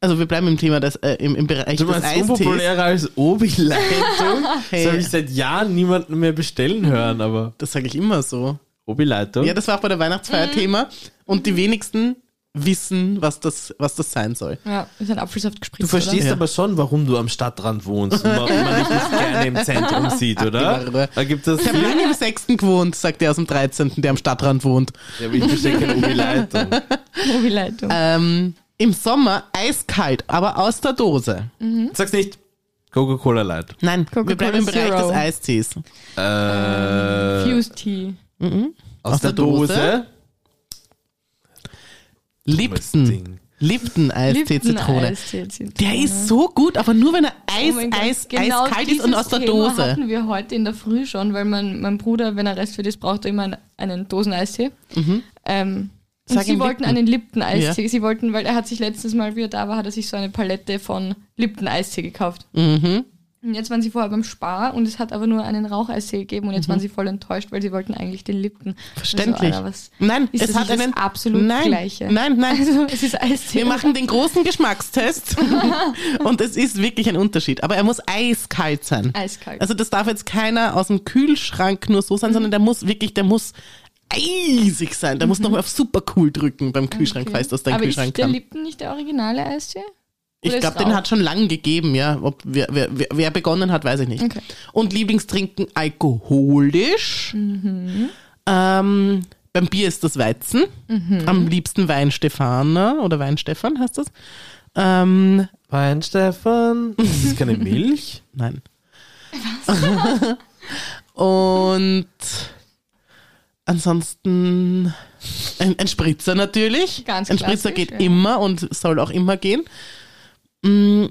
S1: Also wir bleiben im Thema des, äh, im, im Bereich
S3: Du
S1: des
S3: meinst
S1: Eistees.
S3: unpopulärer als Obi-Leitung?
S1: Hey.
S3: Das habe ich seit Jahren niemanden mehr bestellen hören, aber
S1: Das sage ich immer so.
S3: Obi-Leitung?
S1: Ja, das war auch bei der
S2: Mhm.
S1: Weihnachtsfeier Thema. Und die wenigsten wissen, was das, was das sein soll.
S2: Ja, ist ein Apfelsaft gespritzt.
S3: Du verstehst
S1: Ja.
S3: aber schon, warum du am Stadtrand wohnst und warum man dich nicht gerne im Zentrum sieht, oder?
S1: Abgewartet.
S3: Da gibt es
S1: Ich habe lange im Sechsten gewohnt, sagt der aus dem 13., der am Stadtrand wohnt.
S3: Ja, aber ich verstehe keine Obi-Leitung.
S2: oder? Oh, Leitung.
S1: Ähm, Im Sommer eiskalt, aber aus der Dose.
S3: Sag's nicht. Coca-Cola Light.
S1: Nein, wir
S2: Coca-Cola
S1: bleiben im Bereich
S2: Zero.
S1: des Eistees.
S3: Äh,
S2: Fuse Tea.
S3: aus,
S1: der
S3: der,
S1: Dose?
S3: Dose.
S1: Lipton.
S3: Ding.
S1: Lipton Eistee Zitrone.
S2: Lipton-Eistee-Zitrone.
S1: Der ist so gut, aber nur wenn er
S2: Oh
S1: Eis,
S2: mein Gott,
S1: Eis,
S2: genau
S1: eiskalt ist und
S2: dieses
S1: aus der
S2: Thema
S1: Dose.
S2: hatten wir heute in der Früh schon, weil mein, mein Bruder, wenn er restfit ist, braucht er immer einen, einen Dosen-Eistee. Ähm, und
S1: Mhm. Sag
S2: sie
S1: ihm
S2: wollten
S1: Lipton.
S2: einen Lipton-Eistee. Sie wollten, weil er hat sich letztes Mal, wie er da war, hat er sich so eine Palette von Lipton-Eistee gekauft.
S1: Mhm.
S2: Und jetzt waren sie vorher beim Spar und es hat aber nur einen Raucheistee gegeben und jetzt waren sie voll enttäuscht, weil sie wollten eigentlich den Lipton.
S1: Mhm. Verständlich.
S2: Also, Alter, was
S1: Nein,
S2: ist
S1: es
S2: das
S1: hat
S2: nicht
S1: einen
S2: das absolut
S1: nein,
S2: gleiche.
S1: Nein, nein.
S2: Also es ist Eistee.
S1: wir machen den großen Geschmackstest und es ist wirklich ein Unterschied. Aber er muss eiskalt sein.
S2: Eiskalt.
S1: Also das darf jetzt keiner aus dem Kühlschrank nur so sein, sondern der muss wirklich, der muss eisig sein. Der muss nochmal auf super cool drücken beim Kühlschrank, falls das dein
S2: Mhm. aber
S1: Kühlschrank
S2: ist der
S1: kann.
S2: Lipton nicht der originale Eistee?
S1: Ich
S2: Oder
S1: glaube,
S2: ist
S1: den
S2: rau?
S1: hat schon lang gegeben, ja. Ob wer, wer, wer- wer begonnen hat, weiß ich nicht.
S2: Okay.
S1: Und Lieblingstrinken alkoholisch.
S2: Mhm.
S1: Ähm, beim Bier ist das Weizen.
S2: Mhm.
S1: Am liebsten Wein Stefaner oder Wein Stefan heißt das. Ähm,
S3: Wein, Stefan. Ist das keine Milch?
S1: nein. Und ansonsten ein, ein Spritzer natürlich.
S2: Ganz
S1: ein Spritzer
S2: klassisch,
S1: geht
S2: ja.
S1: immer und soll auch immer gehen. Mm,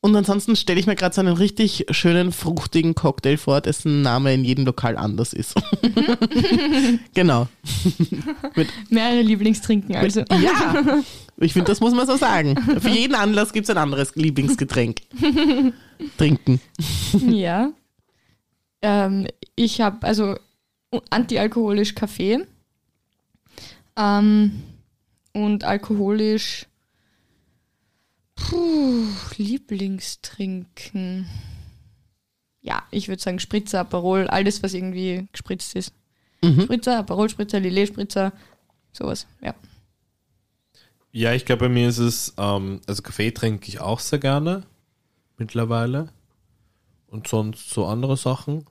S1: Und ansonsten stelle ich mir gerade so einen richtig schönen, fruchtigen Cocktail vor, dessen Name in jedem Lokal anders ist. genau.
S2: Mehrere Lieblingstrinken, also.
S1: Ja, ich finde, das muss man so sagen. Für jeden Anlass gibt es ein anderes Lieblingsgetränk. Trinken.
S2: Ja. Ähm, ich habe also u- antialkoholisch Kaffee ähm, und alkoholisch puh, Lieblingstrinken. Ja, ich würde sagen Spritzer, Aperol, alles, was irgendwie gespritzt ist. Spritzer, Aperol-Spritzer, Lillet-Spritzer, sowas, ja.
S3: Ja, ich glaube, bei mir ist es, ähm, also Kaffee trinke ich auch sehr gerne mittlerweile. Und sonst so andere Sachen.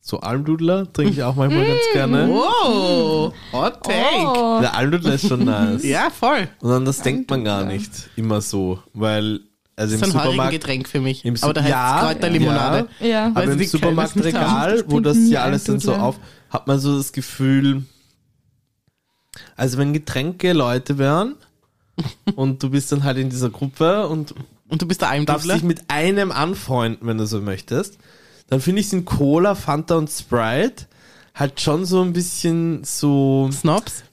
S3: So Almdudler trinke ich auch manchmal ganz gerne.
S1: Oh, hot take.
S2: Oh,
S3: Der Almdudler ist schon nice.
S1: Ja, voll.
S3: Und an das denkt man gar nicht immer so, weil
S1: Das
S3: also im
S1: ist ein heurigen
S3: Supermarkt
S1: Getränk für mich.
S3: Im Su-
S1: Aber da heißt
S3: Ja,
S1: es Kräuterlimonade. Weil sie
S2: ja.
S3: Aber im
S1: die Kölner nicht
S3: Supermarktregal,
S2: haben.
S3: wo das
S2: Trinken
S3: ja alles dann so
S2: Almdudler.
S3: auf, hat man so das Gefühl, also wenn Getränke Leute wären und du bist dann halt in dieser Gruppe und
S1: Und du bist der
S3: darfst
S1: Almdudler.
S3: dich mit einem anfreunden, wenn du so möchtest, dann finde ich sind Cola, Fanta und Sprite halt schon so ein bisschen so
S1: Snobs.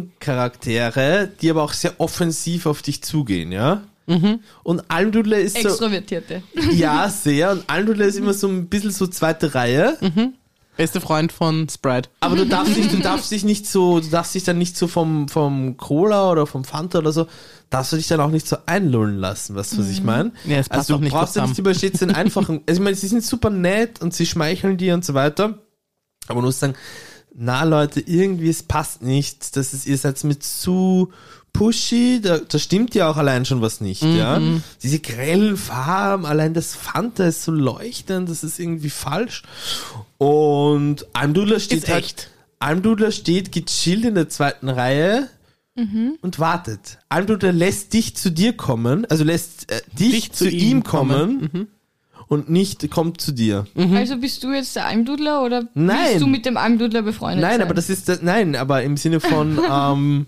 S3: Main-Charaktere, die aber auch sehr offensiv auf dich zugehen, ja?
S1: Mhm.
S3: Und Almdudler ist so...
S2: Extrovertierte.
S1: Mhm.
S3: Ja, sehr. Und Almdudler ist immer so ein bisschen so zweite Reihe.
S1: Beste Freund von Sprite.
S3: Aber du darfst dich, du darfst dich nicht so, du darfst dich dann nicht so vom, vom Cola oder vom Fanta oder so, darfst du dich dann auch nicht so einlullen lassen, weißt du, was ich meine?
S1: Mhm. Ja, es passt
S3: also
S1: auch
S3: du
S1: nicht
S3: brauchst ja
S1: zusammen.
S3: nicht überstehst den einfachen. Also ich meine, sie sind super nett und sie schmeicheln dir und so weiter. Aber du musst sagen, na Leute, irgendwie es passt nicht. Das ist, ihr seid mit zu pushy, da, da stimmt ja auch allein schon was nicht, ja. Diese grellen Farben, allein das Fanta ist so leuchtend, das ist irgendwie falsch. Und Almdudler steht
S1: Ist
S3: halt,
S1: echt.
S3: Almdudler steht gechillt in der zweiten Reihe und wartet. Almdudler lässt dich zu dir kommen, also lässt äh, dich, zu, ihm, kommen, Mhm. und nicht kommt zu dir.
S2: Also bist du jetzt der Almdudler oder
S3: Mhm. Nein.
S2: bist du mit dem Almdudler befreundet?
S3: Nein,
S2: sein?
S3: aber das ist das, nein, aber im Sinne von ähm,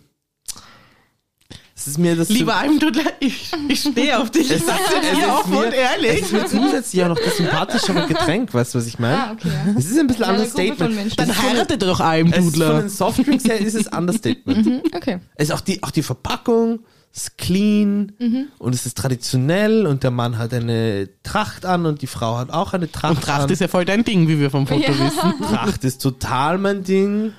S3: es ist mir das
S1: Lieber Almdudler, ich, ich stehe auf dich. Ich
S3: es ist,
S1: sag's
S3: es
S1: dir
S3: ist
S1: offen
S3: mir,
S1: und ehrlich.
S3: Es ist mir zusätzlich auch noch das sympathischere Getränk, weißt du, was ich meine?
S2: Ah, okay. Ja.
S3: Es ist ein bisschen
S2: Eine
S3: anderes
S2: Gruppe von
S3: Statement.
S2: Menschen.
S3: Es
S1: Dann
S3: ist von den-
S1: heirate doch
S3: es ist von
S1: Almdudler.
S3: den Softdrinks her ist es ein Understatement.
S2: Hm, Okay.
S3: Es ist auch die, auch die Verpackung ist clean
S2: Mhm.
S3: und es ist traditionell und der Mann hat eine Tracht an und die Frau hat auch eine Tracht,
S1: Und Tracht
S3: an.
S1: ist ja voll dein Ding, wie wir vom Foto
S2: Ja.
S1: wissen.
S3: Tracht ist total mein Ding.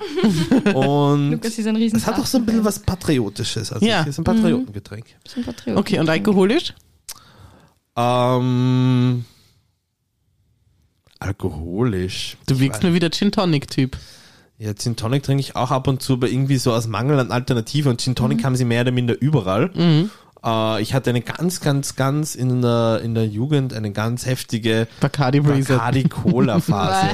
S3: und
S2: Lukas ist ein riesen
S3: es hat auch so ein bisschen was Patriotisches. Also
S1: Ja.
S3: Es ist ein Patriotengetränk.
S2: Zum Patriot.
S1: Okay, und alkoholisch?
S3: Ähm, alkoholisch.
S1: Du
S3: Ich
S1: wirkst
S3: weiß-
S1: mir wieder Gin Tonic-Typ.
S3: Ja, Gin Tonic trinke ich auch ab und zu, aber irgendwie so aus Mangel an Alternativen. Und Gin
S1: Mhm.
S3: Tonic haben sie mehr oder minder überall. Äh, ich hatte eine ganz, ganz, ganz in der, in der Jugend eine ganz heftige
S1: Bacardi Breezer.
S3: Bacardi-Cola-Phase.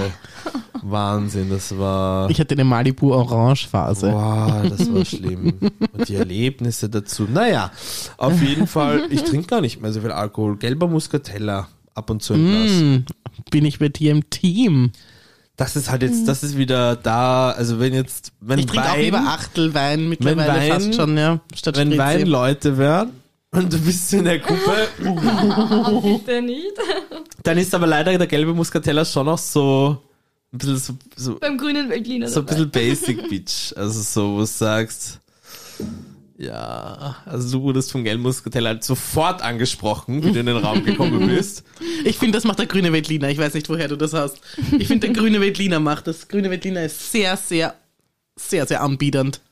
S3: Wahnsinn, das war...
S1: Ich hatte eine Malibu Orange Phase.
S3: Wow, das war schlimm. Und die Erlebnisse dazu. Naja, auf jeden Fall, ich trinke gar nicht mehr so viel Alkohol. Gelber Muscatella, ab und zu ein Glas.
S1: Hm, bin ich mit dir im Team?
S3: Das ist halt jetzt, das ist wieder da, also wenn jetzt, wenn
S1: Ich trinke auch
S3: Wein,
S1: lieber Achtelwein mittlerweile
S3: Wein-
S1: fast schon, ja. Statt
S3: wenn
S1: Spritze.
S3: Wein Leute wären und du bist in der Gruppe,
S2: Bitte nicht.
S3: dann ist aber leider der gelbe Muscatella schon noch so ein bisschen so, so,
S2: Beim grünen Weltliner.
S3: so ein bisschen basic bitch. Also so, wo du sagst, ja, also du wurdest vom gelben Muscatella halt sofort angesprochen, wie du in den Raum gekommen bist.
S1: Ich finde, das macht der grüne Veltliner. Ich weiß nicht, woher du das hast. Ich finde, der grüne Veltliner macht das. Grüne Veltliner ist sehr, sehr, sehr, sehr anbiedernd.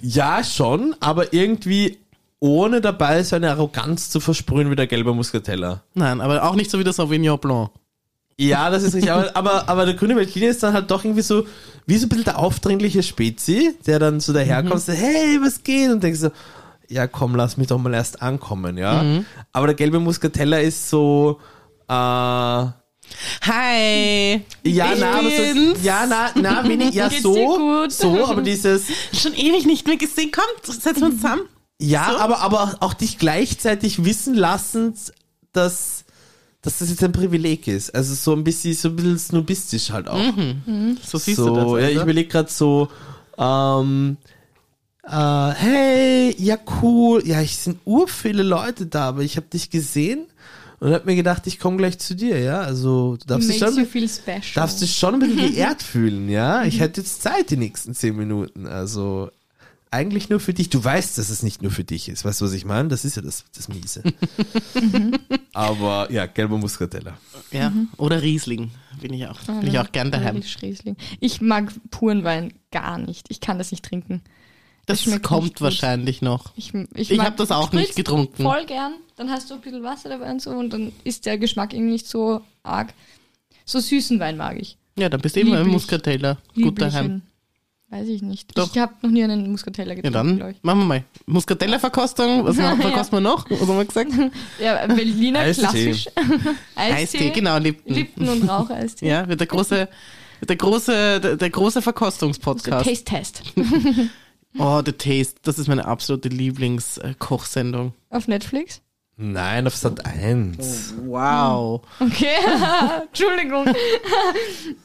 S3: Ja, schon, aber irgendwie ohne dabei so eine Arroganz zu versprühen wie der gelbe Muscatella.
S1: Nein, aber auch nicht so wie der Sauvignon Blanc.
S3: Ja, das ist richtig. Aber, aber, aber der grüne Weltliner ist dann halt doch irgendwie so, wie so ein bisschen der aufdringliche Spezi, der dann so daherkommt und sagt, hey, was geht? Und denkst so, ja komm, lass mich doch mal erst ankommen, ja. Aber der gelbe Muscatella ist so, äh, ja,
S1: Hi! ich
S3: na, aber so,
S1: bin's.
S3: ja, na, na, wenig, ja,
S2: Geht's dir
S3: so,
S2: gut?
S3: so, aber dieses,
S1: Schon ewig nicht mehr gesehen. Kommt, setzen wir uns zusammen.
S3: ja,
S1: So?
S3: aber, aber auch dich gleichzeitig wissen lassend, dass, dass das jetzt ein Privileg ist. Also so ein bisschen, so ein bisschen snobistisch halt auch.
S1: So siehst du
S3: so,
S1: das.
S3: ja, ich
S1: also.
S3: überlege gerade so, ähm, äh, hey, ja cool, ja, ich sind ur viele Leute da, aber ich habe dich gesehen und habe mir gedacht, ich komme gleich zu dir, ja, also du darfst dich
S2: Makes you
S3: schon,
S2: feel special.
S3: darfst dich schon ein bisschen geehrt fühlen, ja, ich hätte jetzt Zeit die nächsten zehn Minuten, also eigentlich nur für dich, du weißt, dass es nicht nur für dich ist, weißt du, was ich meine, das ist ja das, das Miese. aber ja, gelber Muscatella.
S1: ja. Mhm. Oder Riesling. Bin ich auch. Bin
S2: Ja,
S1: ich auch gern daheim.
S2: natürlich Riesling. Ich mag puren Wein gar nicht. Ich kann das nicht trinken.
S1: Das
S2: schmeckt nicht
S1: kommt
S2: gut.
S1: wahrscheinlich noch.
S2: Ich, ich,
S1: Ich
S2: mag-
S1: habe das auch
S2: Spritz
S1: nicht getrunken.
S2: Voll gern. Dann hast du ein bisschen Wasser dabei und so und dann ist der Geschmack irgendwie nicht so arg. So süßen Wein mag ich.
S1: Ja, dann bist du immer ein
S2: Lieblich.
S1: Muscateller. Gut
S2: Lieblichen.
S1: daheim.
S2: Weiß ich nicht.
S1: Doch.
S2: Ich habe noch nie einen Muscatella
S1: Ja,
S2: getrunken,
S1: dann
S2: glaube ich.
S1: machen wir mal. Muscatella-Verkostung. Was
S2: Ja.
S1: verkosten wir noch? Was haben wir gesagt?
S2: Ja, Berliner
S3: Eistee.
S2: klassisch.
S1: Eistee, genau, Lipton.
S2: Lippen und Rauchereistee.
S1: Ja, wird der große, wird der große, der, der große Verkostungspodcast.
S2: Taste-Test.
S1: Oh, The Taste. Das ist meine absolute Lieblingskochsendung.
S2: Auf Netflix?
S3: Nein, auf Sat 1.
S1: Oh. Wow.
S2: Okay. Entschuldigung. Hm.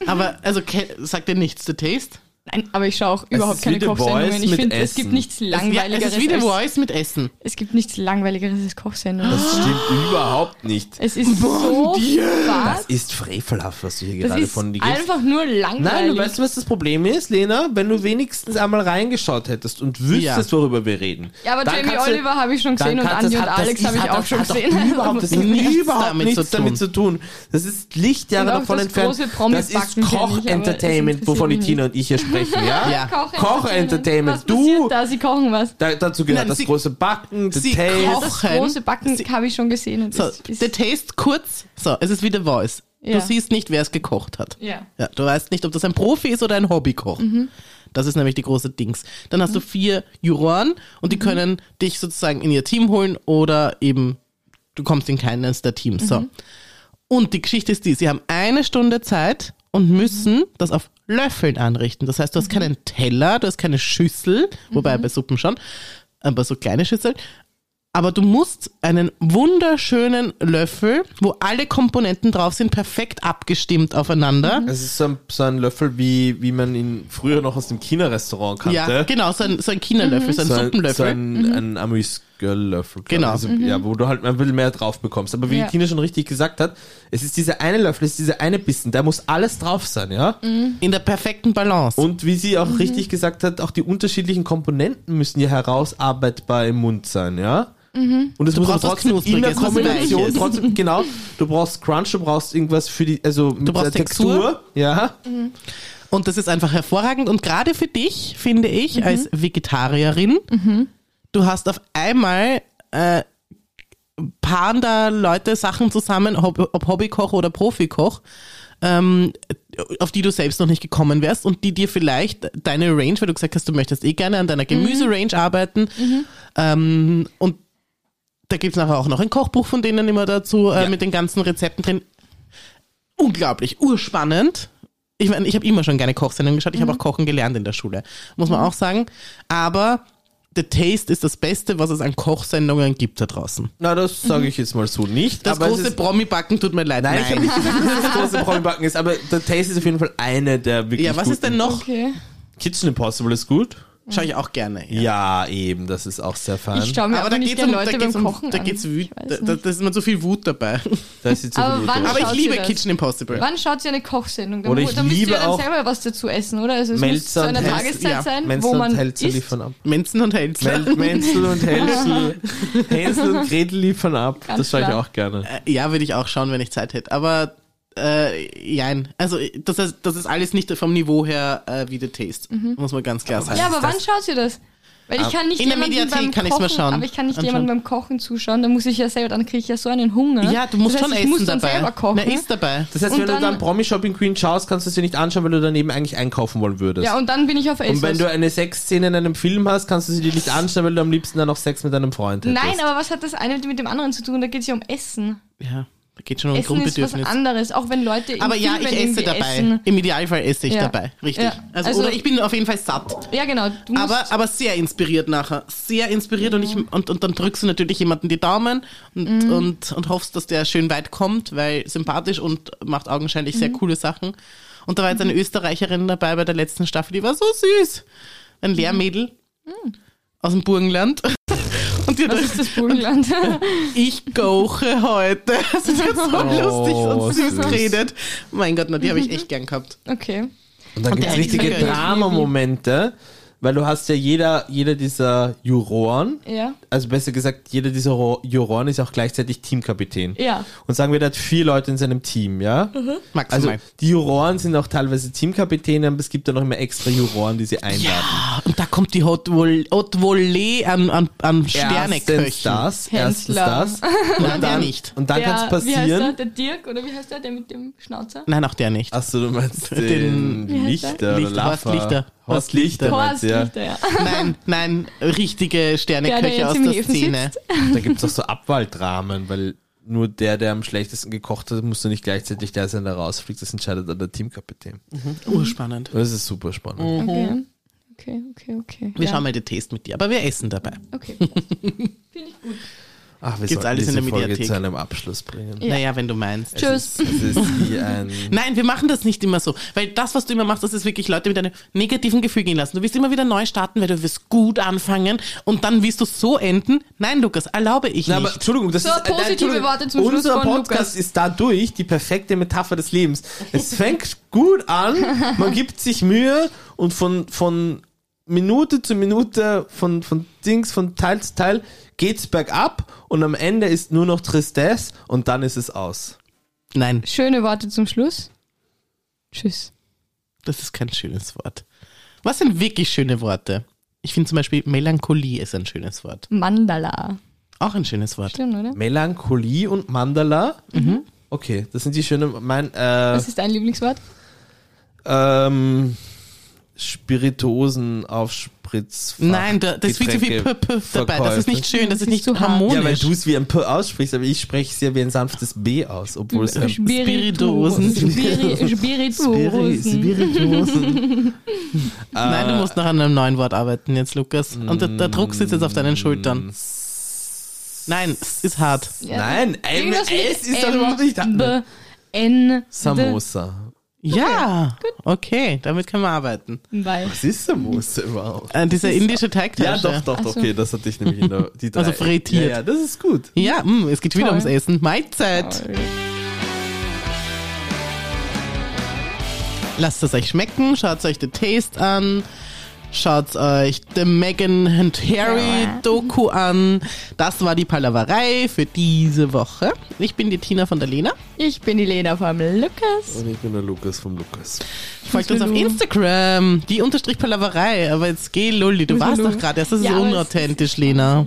S1: Aber, also, ke- sagt dir nichts, The Taste?
S2: Nein, aber ich schaue auch überhaupt
S3: ist
S2: keine
S3: wie The Voice
S2: Kochsendungen. Ich
S3: mit
S2: finde, es
S3: Essen.
S2: gibt nichts
S1: Ja, es
S2: langweiligeres.
S1: ist wie The
S2: als-
S1: Voice mit Essen.
S2: Es gibt nichts langweiligeres als Kochsendungen.
S3: Das stimmt überhaupt nicht.
S2: Es ist so
S3: Das
S2: fad.
S3: ist frevelhaft, was du hier
S2: Das
S3: gerade
S2: ist
S3: von dir gibst.
S2: einfach nur
S3: Nein,
S2: langweilig.
S3: du weißt, was das Problem ist, Lena? Wenn du wenigstens einmal reingeschaut hättest und wüsstest, worüber wir reden.
S2: ja, aber
S3: dann
S2: Jamie
S3: kannst du-
S2: Oliver habe ich schon
S3: dann
S2: gesehen und
S3: kannst
S2: Andi
S3: du-
S2: und
S3: hat- das
S2: Alex
S3: ist-
S2: habe ich
S3: hat-
S2: auch
S3: das
S2: schon
S3: hat doch
S2: gesehen.
S3: Überhaupt, das hat
S1: nichts
S3: überhaupt
S1: damit
S3: nichts
S1: zu tun.
S3: damit zu tun. Das ist Lichtjahre
S2: Und auch
S3: davon
S2: das
S3: entfernt.
S2: große Promis
S3: das ist
S2: backen kenn ich, aber es
S3: Koch-Entertainment,
S2: interessiert
S3: wovon die
S2: mich
S3: Tina und ich hier sprechen, ja?
S1: Ja.
S3: Koch-Entertainment.
S2: Was passiert
S3: Du,
S2: da? Sie kochen was.
S3: da, dazu gehört
S1: Nein,
S3: das
S1: sie-
S3: große Backen,
S1: sie
S2: Ja,
S3: Details.
S1: kocht.
S2: das
S1: Kochen?
S2: große Backen habe ich schon gesehen. Und
S1: So,
S2: ist,
S1: der
S2: ist,
S1: Taste kurz. So, es ist wie The Voice.
S2: Ja.
S1: Du siehst nicht, wer es gekocht hat.
S2: ja. Mhm.
S1: Ja, du weißt nicht, ob das ein Profi ist oder ein Hobbykoch. Das ist nämlich die große Dings. Dann hast du vier Juroren und
S2: Mhm.
S1: die können dich sozusagen in ihr Team holen oder eben du kommst in keines der Teams.
S2: Mhm.
S1: So. Und die Geschichte ist die, sie haben eine Stunde Zeit und müssen das auf Löffeln anrichten. Das heißt, du hast keinen Teller, du hast keine Schüssel, wobei bei Suppen schon, aber so kleine Schüsseln. Aber du musst einen wunderschönen Löffel, wo alle Komponenten drauf sind, perfekt abgestimmt aufeinander.
S3: Es ist so ein, so ein Löffel, wie, wie man ihn früher noch aus dem China-Restaurant kannte.
S1: Ja, genau, so ein, so ein Kinderlöffel, so ein
S3: so
S1: Suppenlöffel. Mhm.
S3: So ein, ein Amüs-Löffel. glaub ich.
S1: Genau.
S3: Also, Ja, wo du halt ein bisschen mehr drauf bekommst. Aber wie
S2: Ja.
S3: Tina schon richtig gesagt hat, es ist dieser eine Löffel, es ist dieser eine Bissen, da muss alles drauf sein, ja?
S1: in der perfekten Balance.
S3: Und wie sie auch
S1: Mhm.
S3: richtig gesagt hat, auch die unterschiedlichen Komponenten müssen ja herausarbeitbar im Mund sein, ja? Und es muss aber
S1: Mhm. brauchst was
S3: trotzdem in der
S1: Knuspriges, was
S3: Kombination,
S1: Weiches.
S3: trotzdem, genau, du brauchst Crunch, du brauchst irgendwas für die, also mit
S1: brauchst
S3: der Textur,
S1: Textur.
S3: ja?
S1: Und das ist einfach hervorragend. Und gerade für dich, finde ich, als Vegetarierin, du hast auf einmal äh, paaren da Leute Sachen zusammen, ob, ob Hobbykoch oder Profikoch, ähm, auf die du selbst noch nicht gekommen wärst und die dir vielleicht deine Range, weil du gesagt hast, du möchtest eh gerne an deiner Gemüserange arbeiten. Ähm, und da gibt es nachher auch noch ein Kochbuch von denen immer dazu, äh,
S3: Ja.
S1: mit den ganzen Rezepten drin. Unglaublich, urspannend. Ich meine, ich habe immer schon gerne Kochsendungen geschaut. Ich
S2: Mhm.
S1: habe auch kochen gelernt in der Schule, muss man auch sagen. Aber The Taste ist das Beste, was es an Kochsendungen gibt da draußen.
S3: Na, das sage ich jetzt mal so nicht.
S1: Das
S3: aber es
S1: große
S3: ist,
S1: Promi-Backen tut mir leid.
S3: Nein, ich hab
S1: Nein.
S3: nicht gesagt, dass das große Promi-Backen ist, aber der Taste ist auf jeden Fall eine der wirklich
S1: Ja, was ist denn
S3: guten.
S1: noch?
S2: Okay.
S3: Kitchen Impossible ist gut?
S1: Schaue ich auch gerne. Ja.
S3: Ja, eben, das ist auch sehr fein.
S2: Ich schaue mir aber,
S1: Aber da
S2: nicht
S1: geht's
S2: die
S1: um,
S2: Leute
S1: da
S2: beim
S1: geht's um,
S2: Kochen
S1: da
S2: an.
S1: geht's
S2: Ich
S1: Wut,
S2: weiß
S1: da,
S2: nicht.
S1: da, da ist immer zu viel Wut dabei.
S3: Da ist jetzt so
S2: Aber
S3: gut
S2: wann
S1: Aber
S3: durch.
S1: ich
S2: Schaut
S1: liebe
S2: ihr das?
S1: Kitchen Impossible.
S2: Wann schaut ihr eine Kochsendung? Da,
S3: Oder
S2: mu-
S3: ich
S2: da müsst
S3: liebe
S2: ihr dann
S3: auch-
S2: selber was dazu essen, oder? Also es muss
S3: Melzer
S2: zu
S3: und
S2: einer
S3: Hels-
S2: Tageszeit
S1: ja,
S2: sein,
S3: Menzel
S2: wo
S3: und
S2: man
S3: Hälsel
S2: isst.
S3: liefern ab.
S1: Menzen und Hälsler.
S3: Mel Menzel und Hälsel. Hänsel und Gretel liefern ab.
S2: Ganz
S3: das schaue ich
S2: klar.
S3: auch gerne.
S1: Äh, Ja, würde ich auch schauen, wenn ich Zeit hätte. Aber äh, jein. Also das, ist- das ist alles nicht vom Niveau her äh, wie The Taste. Muss man ganz klar sagen.
S2: Ja, Mhm. aber wann
S3: ist das? Ah,
S2: schaut ihr das? Weil ich kann nicht
S1: in der
S2: jemandem
S1: Mediathek
S2: beim
S1: kann ich's
S2: Kochen,
S1: mal schauen.
S2: Aber ich kann nicht
S1: Anschauen.
S2: jemandem beim Kochen zuschauen, dann muss ich ja selber, dann kriege ich ja so einen Hunger.
S1: Ja, du musst
S2: das heißt,
S1: schon
S2: ich
S1: essen
S2: muss dann
S1: dabei.
S2: selber kochen.
S1: Na, ist dabei.
S3: Das heißt,
S2: Und
S3: wenn du
S2: dann-
S3: dann Promi-Shopping Queen schaust, kannst du es dir nicht anschauen, weil du daneben eigentlich einkaufen wollen würdest.
S2: ja, und dann bin ich auf
S3: und wenn
S2: Elsass.
S3: du eine Sexszene in einem Film hast, kannst du sie dir nicht anschauen, weil du am liebsten dann noch Sex mit deinem Freund hättest.
S2: Nein, aber was hat das eine mit dem anderen zu tun? Da geht es ja um Essen.
S1: Ja, da geht schon um
S2: Essen ist was
S1: Grundbedürfnisse.
S2: anderes, auch wenn Leute im
S1: Aber ja,
S2: Film
S1: ich esse
S2: irgendwie
S1: dabei.
S2: essen.
S1: Im Idealfall esse ich
S2: Ja.
S1: dabei. Richtig.
S2: Ja.
S1: Also,
S2: Also-
S1: oder ich bin auf jeden Fall satt.
S2: Ja, genau. Du musst
S1: Aber, aber sehr inspiriert nachher. Sehr inspiriert und, ich, und, und dann drückst du natürlich jemanden die Daumen und,
S2: Mhm.
S1: und, und hoffst, dass der schön weit kommt, weil sympathisch und macht augenscheinlich
S2: Mhm.
S1: sehr coole Sachen. Und da war jetzt eine Österreicherin dabei bei der letzten Staffel, die war so süß. Ein Lehrmädel aus dem Burgenland. Und die hat
S2: Mhm. was ist das Burgenland?
S1: ich koche heute. Das ist jetzt so lustig und Oh, süß
S3: süß.
S1: geredet. Mein Gott, na, die habe ich echt gern gehabt.
S2: okay.
S3: Und dann
S1: Und
S3: gibt es
S1: der
S3: richtige
S1: Händler-
S3: Dramamomente, weil du hast ja jeder, jeder dieser Juroren,
S2: Ja.
S3: also besser gesagt, jeder dieser Ro- Juroren ist auch gleichzeitig Teamkapitän.
S2: Ja. Mhm.
S3: Und sagen wir, der hat vier Leute in seinem Team, ja? Also
S1: Maximal.
S3: die Juroren sind auch teilweise Teamkapitäne, aber es gibt ja noch immer extra Juroren, die sie einladen.
S1: ja, und da kommt die Haute Vol- Haute Volée an, an, an
S3: Erstens
S1: Sterneköchen.
S3: das, erstens
S2: Händler.
S3: das.
S1: Nein, der nicht.
S3: Und dann
S2: Der-
S3: kann es
S2: Wie heißt der?
S3: passieren.
S2: Der Dirk oder wie heißt der, der mit dem Schnauzer?
S1: Nein, auch der nicht.
S3: Achso, du meinst
S1: Den-
S3: den,
S2: Wie heißt er?
S3: Lichter, oder
S1: Lichter, Horst
S3: Laffer.
S1: Lichter.
S3: Horst Lichter, meinst
S2: Horst
S3: du, ja.
S2: Lichter, ja.
S1: Nein, nein, richtige
S2: Der, der
S1: Sterneköche
S2: jetzt
S1: aus
S2: im
S1: der
S2: Häfen
S1: Szene.
S2: sitzt.
S3: Da gibt es auch so Abwaldrahmen, weil nur der, der am schlechtesten gekocht hat, muss ja nicht gleichzeitig der sein, der rausfliegt. Das entscheidet dann der Teamkapitän.
S1: Urspannend.
S3: Das ist super
S1: Mhm.
S3: spannend.
S2: Okay. Okay, okay, okay.
S1: Wir
S2: ja.
S1: schauen mal den Taste mit dir, aber wir essen dabei.
S2: Okay. passt. Finde ich gut.
S3: Ach, wir
S1: Gibt's
S3: sollten
S1: alles in
S3: diese
S1: der
S3: Folge
S1: Mediathek.
S3: zu einem Abschluss bringen.
S2: Ja.
S1: Naja, wenn du meinst.
S2: Tschüss.
S3: Es ist, es ist wie ein...
S1: Nein, wir machen das nicht immer so. Weil das, was du immer machst, das ist wirklich Leute mit einem negativen Gefühl gehen lassen. Du willst immer wieder neu starten, weil du wirst gut anfangen und dann willst du so enden. Nein, Lukas, erlaube ich
S3: Na,
S1: nicht.
S3: aber Entschuldigung, das
S2: So,
S3: ist äh,
S2: positive
S3: Entschuldigung,
S2: Worte zum Schluss
S3: Unser
S2: von
S3: Podcast
S2: Lukas.
S3: ist dadurch die perfekte Metapher des Lebens. Es fängt gut an, man gibt sich Mühe und von, von Minute zu Minute, von, von Dings, von Teil zu Teil geht's bergab und am Ende ist nur noch Tristesse und dann ist es aus.
S1: Nein,
S2: Schöne Worte zum Schluss. Tschüss.
S1: das ist kein schönes Wort. Was sind wirklich schöne Worte? Ich finde zum Beispiel Melancholie ist ein schönes Wort.
S2: Mandala.
S1: Auch ein schönes Wort.
S2: Stimmt, oder?
S3: Melancholie und Mandala.
S2: Mhm.
S3: Okay, das sind die schönen, mein, äh,
S2: Was ist dein Lieblingswort?
S3: ähm, Spirituosen auf Spritz.
S1: Nein, da, das ist viel zu viel P -P dabei. Das ist nicht schön, das ist
S2: Das ist
S1: nicht
S2: zu hart.
S1: harmonisch.
S3: Ja, weil du es wie ein P aussprichst, aber ich spreche es ja wie ein sanftes B aus, obwohl es ein
S1: Spirituosen.
S2: Spiri- Spirituosen.
S3: Spirituosen.
S1: Nein,
S3: Ah.
S1: du musst noch an einem neuen Wort arbeiten jetzt, Lukas. Und der, der Druck sitzt jetzt auf
S3: Mm.
S1: deinen Schultern. Nein, es ist hart.
S2: Ja.
S3: Nein, M,
S2: Irgendwas
S3: S
S2: mit
S3: ist doch überhaupt nicht
S2: M,
S3: da.
S2: B, N,
S3: Samosa.
S1: Ja, okay, damit können wir arbeiten.
S2: Weil.
S3: Was ist Samosa überhaupt?
S1: Äh, diese indische
S3: Ja,
S1: Teigtasche.
S3: doch, doch,
S2: Ach so.
S3: okay, das hatte ich nämlich in der, die drei.
S1: Also frittiert.
S3: Ja, ja, das ist gut.
S1: Ja, mh, es geht wieder
S2: Toll. Ah,
S1: ums Essen. Mahlzeit. Lasst es euch schmecken, schaut euch The Taste an, schaut euch The Megan and Harry
S2: Ja.
S1: Doku an. Das war die Palaverei für diese Woche. Ich bin die Tina von der Lena.
S2: Ich bin die Lena vom Lukas.
S3: Und ich bin der Lukas vom Lukas.
S1: Folgt uns auf
S2: Lulu.
S1: Instagram, die Unterstrich Palaverei. Aber jetzt geh, Lulli, du
S2: Grüß
S1: warst
S2: Lulu.
S1: doch gerade erst. Das ist
S2: Ja, aber es ist-
S1: unauthentisch, Lena.